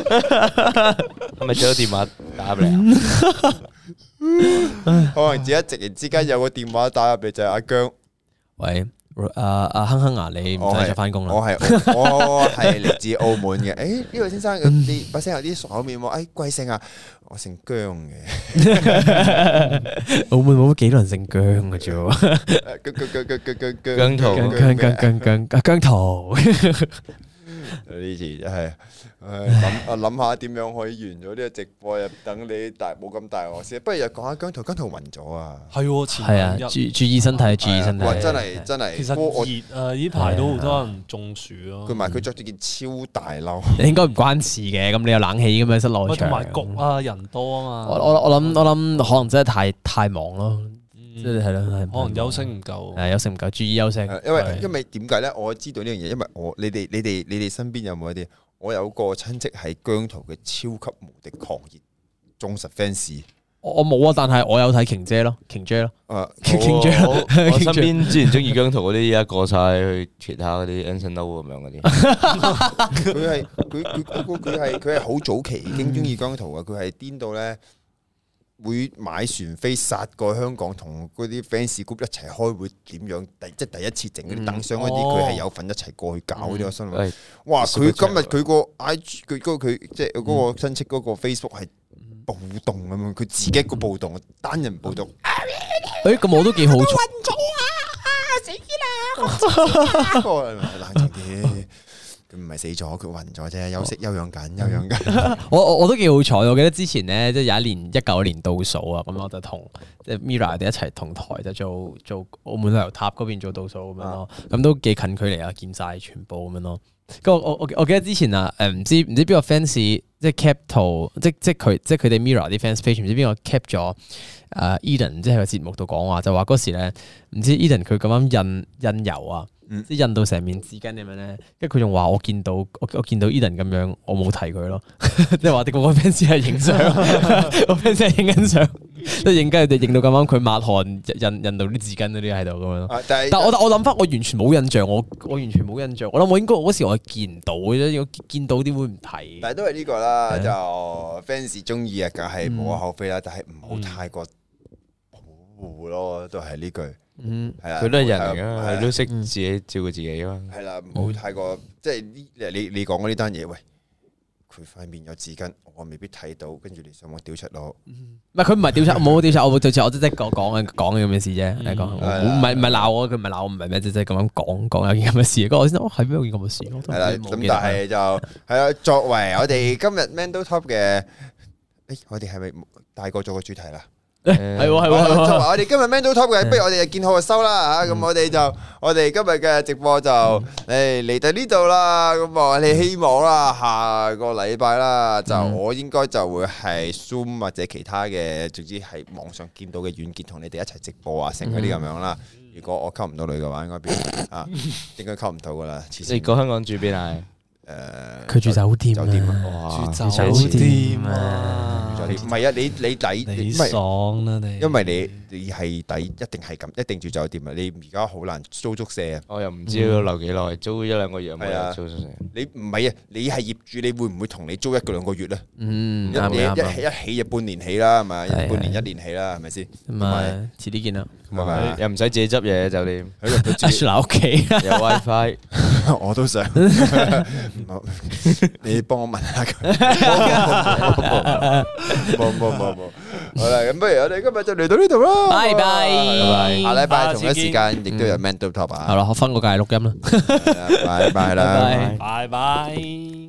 C: 係咪接到電話打俾
A: *laughs*
C: 你啊？
D: 可能自己突然之間有個電話打入嚟就係阿姜，
A: 喂，阿阿亨亨啊，你唔
D: 我
A: 使
D: 係
A: 再翻工啦
D: 我。係我我係嚟自澳門嘅。誒呢位先生你把聲有啲熟口面喎，誒貴姓啊？我姓姜嘅，
A: 澳門冇乜幾多人姓姜嘅啫喎，
D: 姜姜姜
A: 姜姜
C: 姜濤
D: 姜姜姜네.
A: 姜姜姜姜姜濤，
D: 呢次真係，唉諗啊諗下點樣可以完咗呢個直播，又等你大冇咁大鑊先。不如又講下姜濤，姜濤暈咗啊！
B: 係喎
A: *laughs*
B: 前
A: 係啊，
B: 兩日
A: 注注意身體，注意身體
D: 哇，真係真係，
B: 其
D: 不過我
B: 實熱啊，呢排都好多人中暑咯
D: 佢，埋佢着咗件超大褸，
A: 應該唔關事嘅，咁你有冷氣咁樣室內
B: 喂，同埋
A: 場
B: 焗啊，人多啊
A: 我
B: 嘛，
A: 我我諗我諗可能真係太太忙咯，
B: 嗯
A: 即係係咯，係
B: 可能休息唔夠，
A: 係啊休息唔夠，注意休息。
D: 因為因為點解咧？我知道呢樣嘢，因為我你哋你哋你哋身邊有冇一啲？我有個親戚係姜濤嘅超級無敵狂熱忠實 fans。
A: 我我冇啊，但係我有睇瓊姐咯，瓊姐咯，
D: 誒，
A: 瓊瓊姐
C: 我
A: 咯，
C: 我
A: 瓊
C: 身
A: 姐。
C: 邊之前中意姜圖嗰啲，而家過晒去其他嗰啲 Anson Lo 咁
A: *laughs*
C: 樣嗰啲。
D: 佢係佢佢佢佢係佢係好早期已經中意姜濤啊！佢係癲到咧會買船飛殺過香港，同嗰啲 fans group 一齊開會點樣第即係第一次整嗰啲燈箱嗰啲，
B: 哦
D: 佢係有份一齊過去搞嗰啲。我心諗，
C: 喂嗯
D: 哇！佢
C: Super
D: 今日
C: Chat
D: 佢個 IG 佢嗰個佢即係嗰個親戚嗰個 Facebook 係暴動咁樣，佢自己一個暴動，單人暴動。 *laughs*
A: 誒，咁我都幾好彩，
D: 不過冷靜啲，佢唔係死咗，佢暈咗啫，休息休養緊，休養緊。
A: 我我我都幾好彩。我記得之前咧，即係有一年一九年倒數啊，咁我就同即係 Mira 我哋一齊同台就做做澳門旅遊塔嗰邊做倒數咁樣咯，咁都幾近距離啊，見晒全部咁樣咯。跟住我我我我記得之前啊，誒唔知唔知邊個 fans 即即係 cap 圖，即即佢即佢哋 Mirror 啲 fans page 唔知邊個 cap 咗誒 Eden，即係個節目度講話就話嗰時咧，唔知 Eden 佢咁樣印印油啊，
D: 嗯
A: 即係印到成面紙巾咁樣咧，跟住佢仲話我見到我我見到 Eden 咁樣，我冇提佢咯， *laughs* 即係話啲個個 fans 係影
D: *laughs*
A: 相，個 fans 係影緊相，即係影緊佢哋影到咁啱佢抹汗印印到啲紙巾嗰啲喺度咁樣咯。
D: 啊但
A: 但
D: 係
A: 我我諗翻，我完全冇印象，我我完全冇印象。我諗我應該嗰時我係見唔到嘅啫，如果見到啲會唔睇
D: 但。係都係呢個啦，
C: 啊
A: 係
D: 就 fans 中意啊，梗係
C: 嗯
D: 無可厚非啦，但係唔好太過保護咯，都係呢句
A: 嗯，
D: 係啦。
C: 佢都係人嚟
D: 係
C: 噶，
D: 啊
C: 佢都識自己照顧自己噶
D: *laughs*
C: 嘛。
D: 系啦，唔好太
C: 嗯
D: 過即係呢你你講嗰呢單嘢，喂，佢塊面有紙巾，我未必睇到，跟住你上網屌出我，
A: 唔係佢唔係調
D: *laughs*
A: 查，冇調查，我就似我即即講講嘅講嘅咁嘅事啫。你講，我
D: 嗯係
A: 唔係唔係鬧我，佢唔係鬧我，唔係咩，即即咁樣講講有件咁嘅事。嗰我先諗，哦係咩有件咁嘅事？我都
D: 係啦，
A: 冇
D: 咁
A: 記得
D: 但係就係啦，作為我哋今日 Man Do Top 嘅，诶，我哋係咪大過咗個主題啦？
A: 係喎係
D: 作
A: 喎係
D: 為
A: 喎，
D: 我哋今日 Man Do Top 嘅，不如我哋就見好就收啦吓，咁我哋就我哋今日嘅直播就诶嚟到呢度啦，咁我哋希望啦，下個禮拜啦，就我應該就會係 Zoom 或者其他嘅，總之係網上見到嘅軟件同你哋一齊直播啊，成嗰啲咁樣啦。如果我溝唔到女嘅話，應該變啊，應該溝唔到噶啦，黐
C: 你
D: 線。
C: 個香港住邊啊？
D: 誒
A: 佢住啊酒店
D: 酒店
A: 啊，
C: 哇！
B: 住
C: 啲
B: 酒
C: 錢
B: 店啊，
D: 酒店唔係啊，你你抵
B: 你
D: 唔係
B: 爽啦你，
D: 因為你你係抵一定係咁，一定住酒店啊！你而家好難租宿舍啊！
C: *laughs* 我又唔知要留幾耐，租一兩個月有冇
D: 係啊
C: 人租宿舍？
D: 你唔係啊，你係業主，你會唔會同你租一個兩個月咧？
A: 嗯
D: 一
A: 啱嘅啱
D: 嘢一
A: 嘅
D: 起一起就半年起啦，係咪？
A: 係
D: 半年
A: 係
D: 一年起啦，係咪先？
A: 咁啊，遲啲見 *laughs* 啦。
D: 係咪啊？
C: 又唔使自己執嘢酒
D: *laughs*
C: 店，
D: 喺度
A: 阿雪喺屋 *laughs* 企，
C: 有 WiFi，
D: 我都想，我你幫我問下佢。冇冇冇冇冇冇冇，好啦，咁不如我哋今日就嚟到呢度啦。
A: 拜拜
D: 係啊啦下禮拜同一
B: 下次
D: 時
B: 見
D: 間亦都有 Man Top 啊
A: 好。啦，我分個界錄音啦。
D: 係啦拜拜啦。
A: 拜拜
B: 拜拜。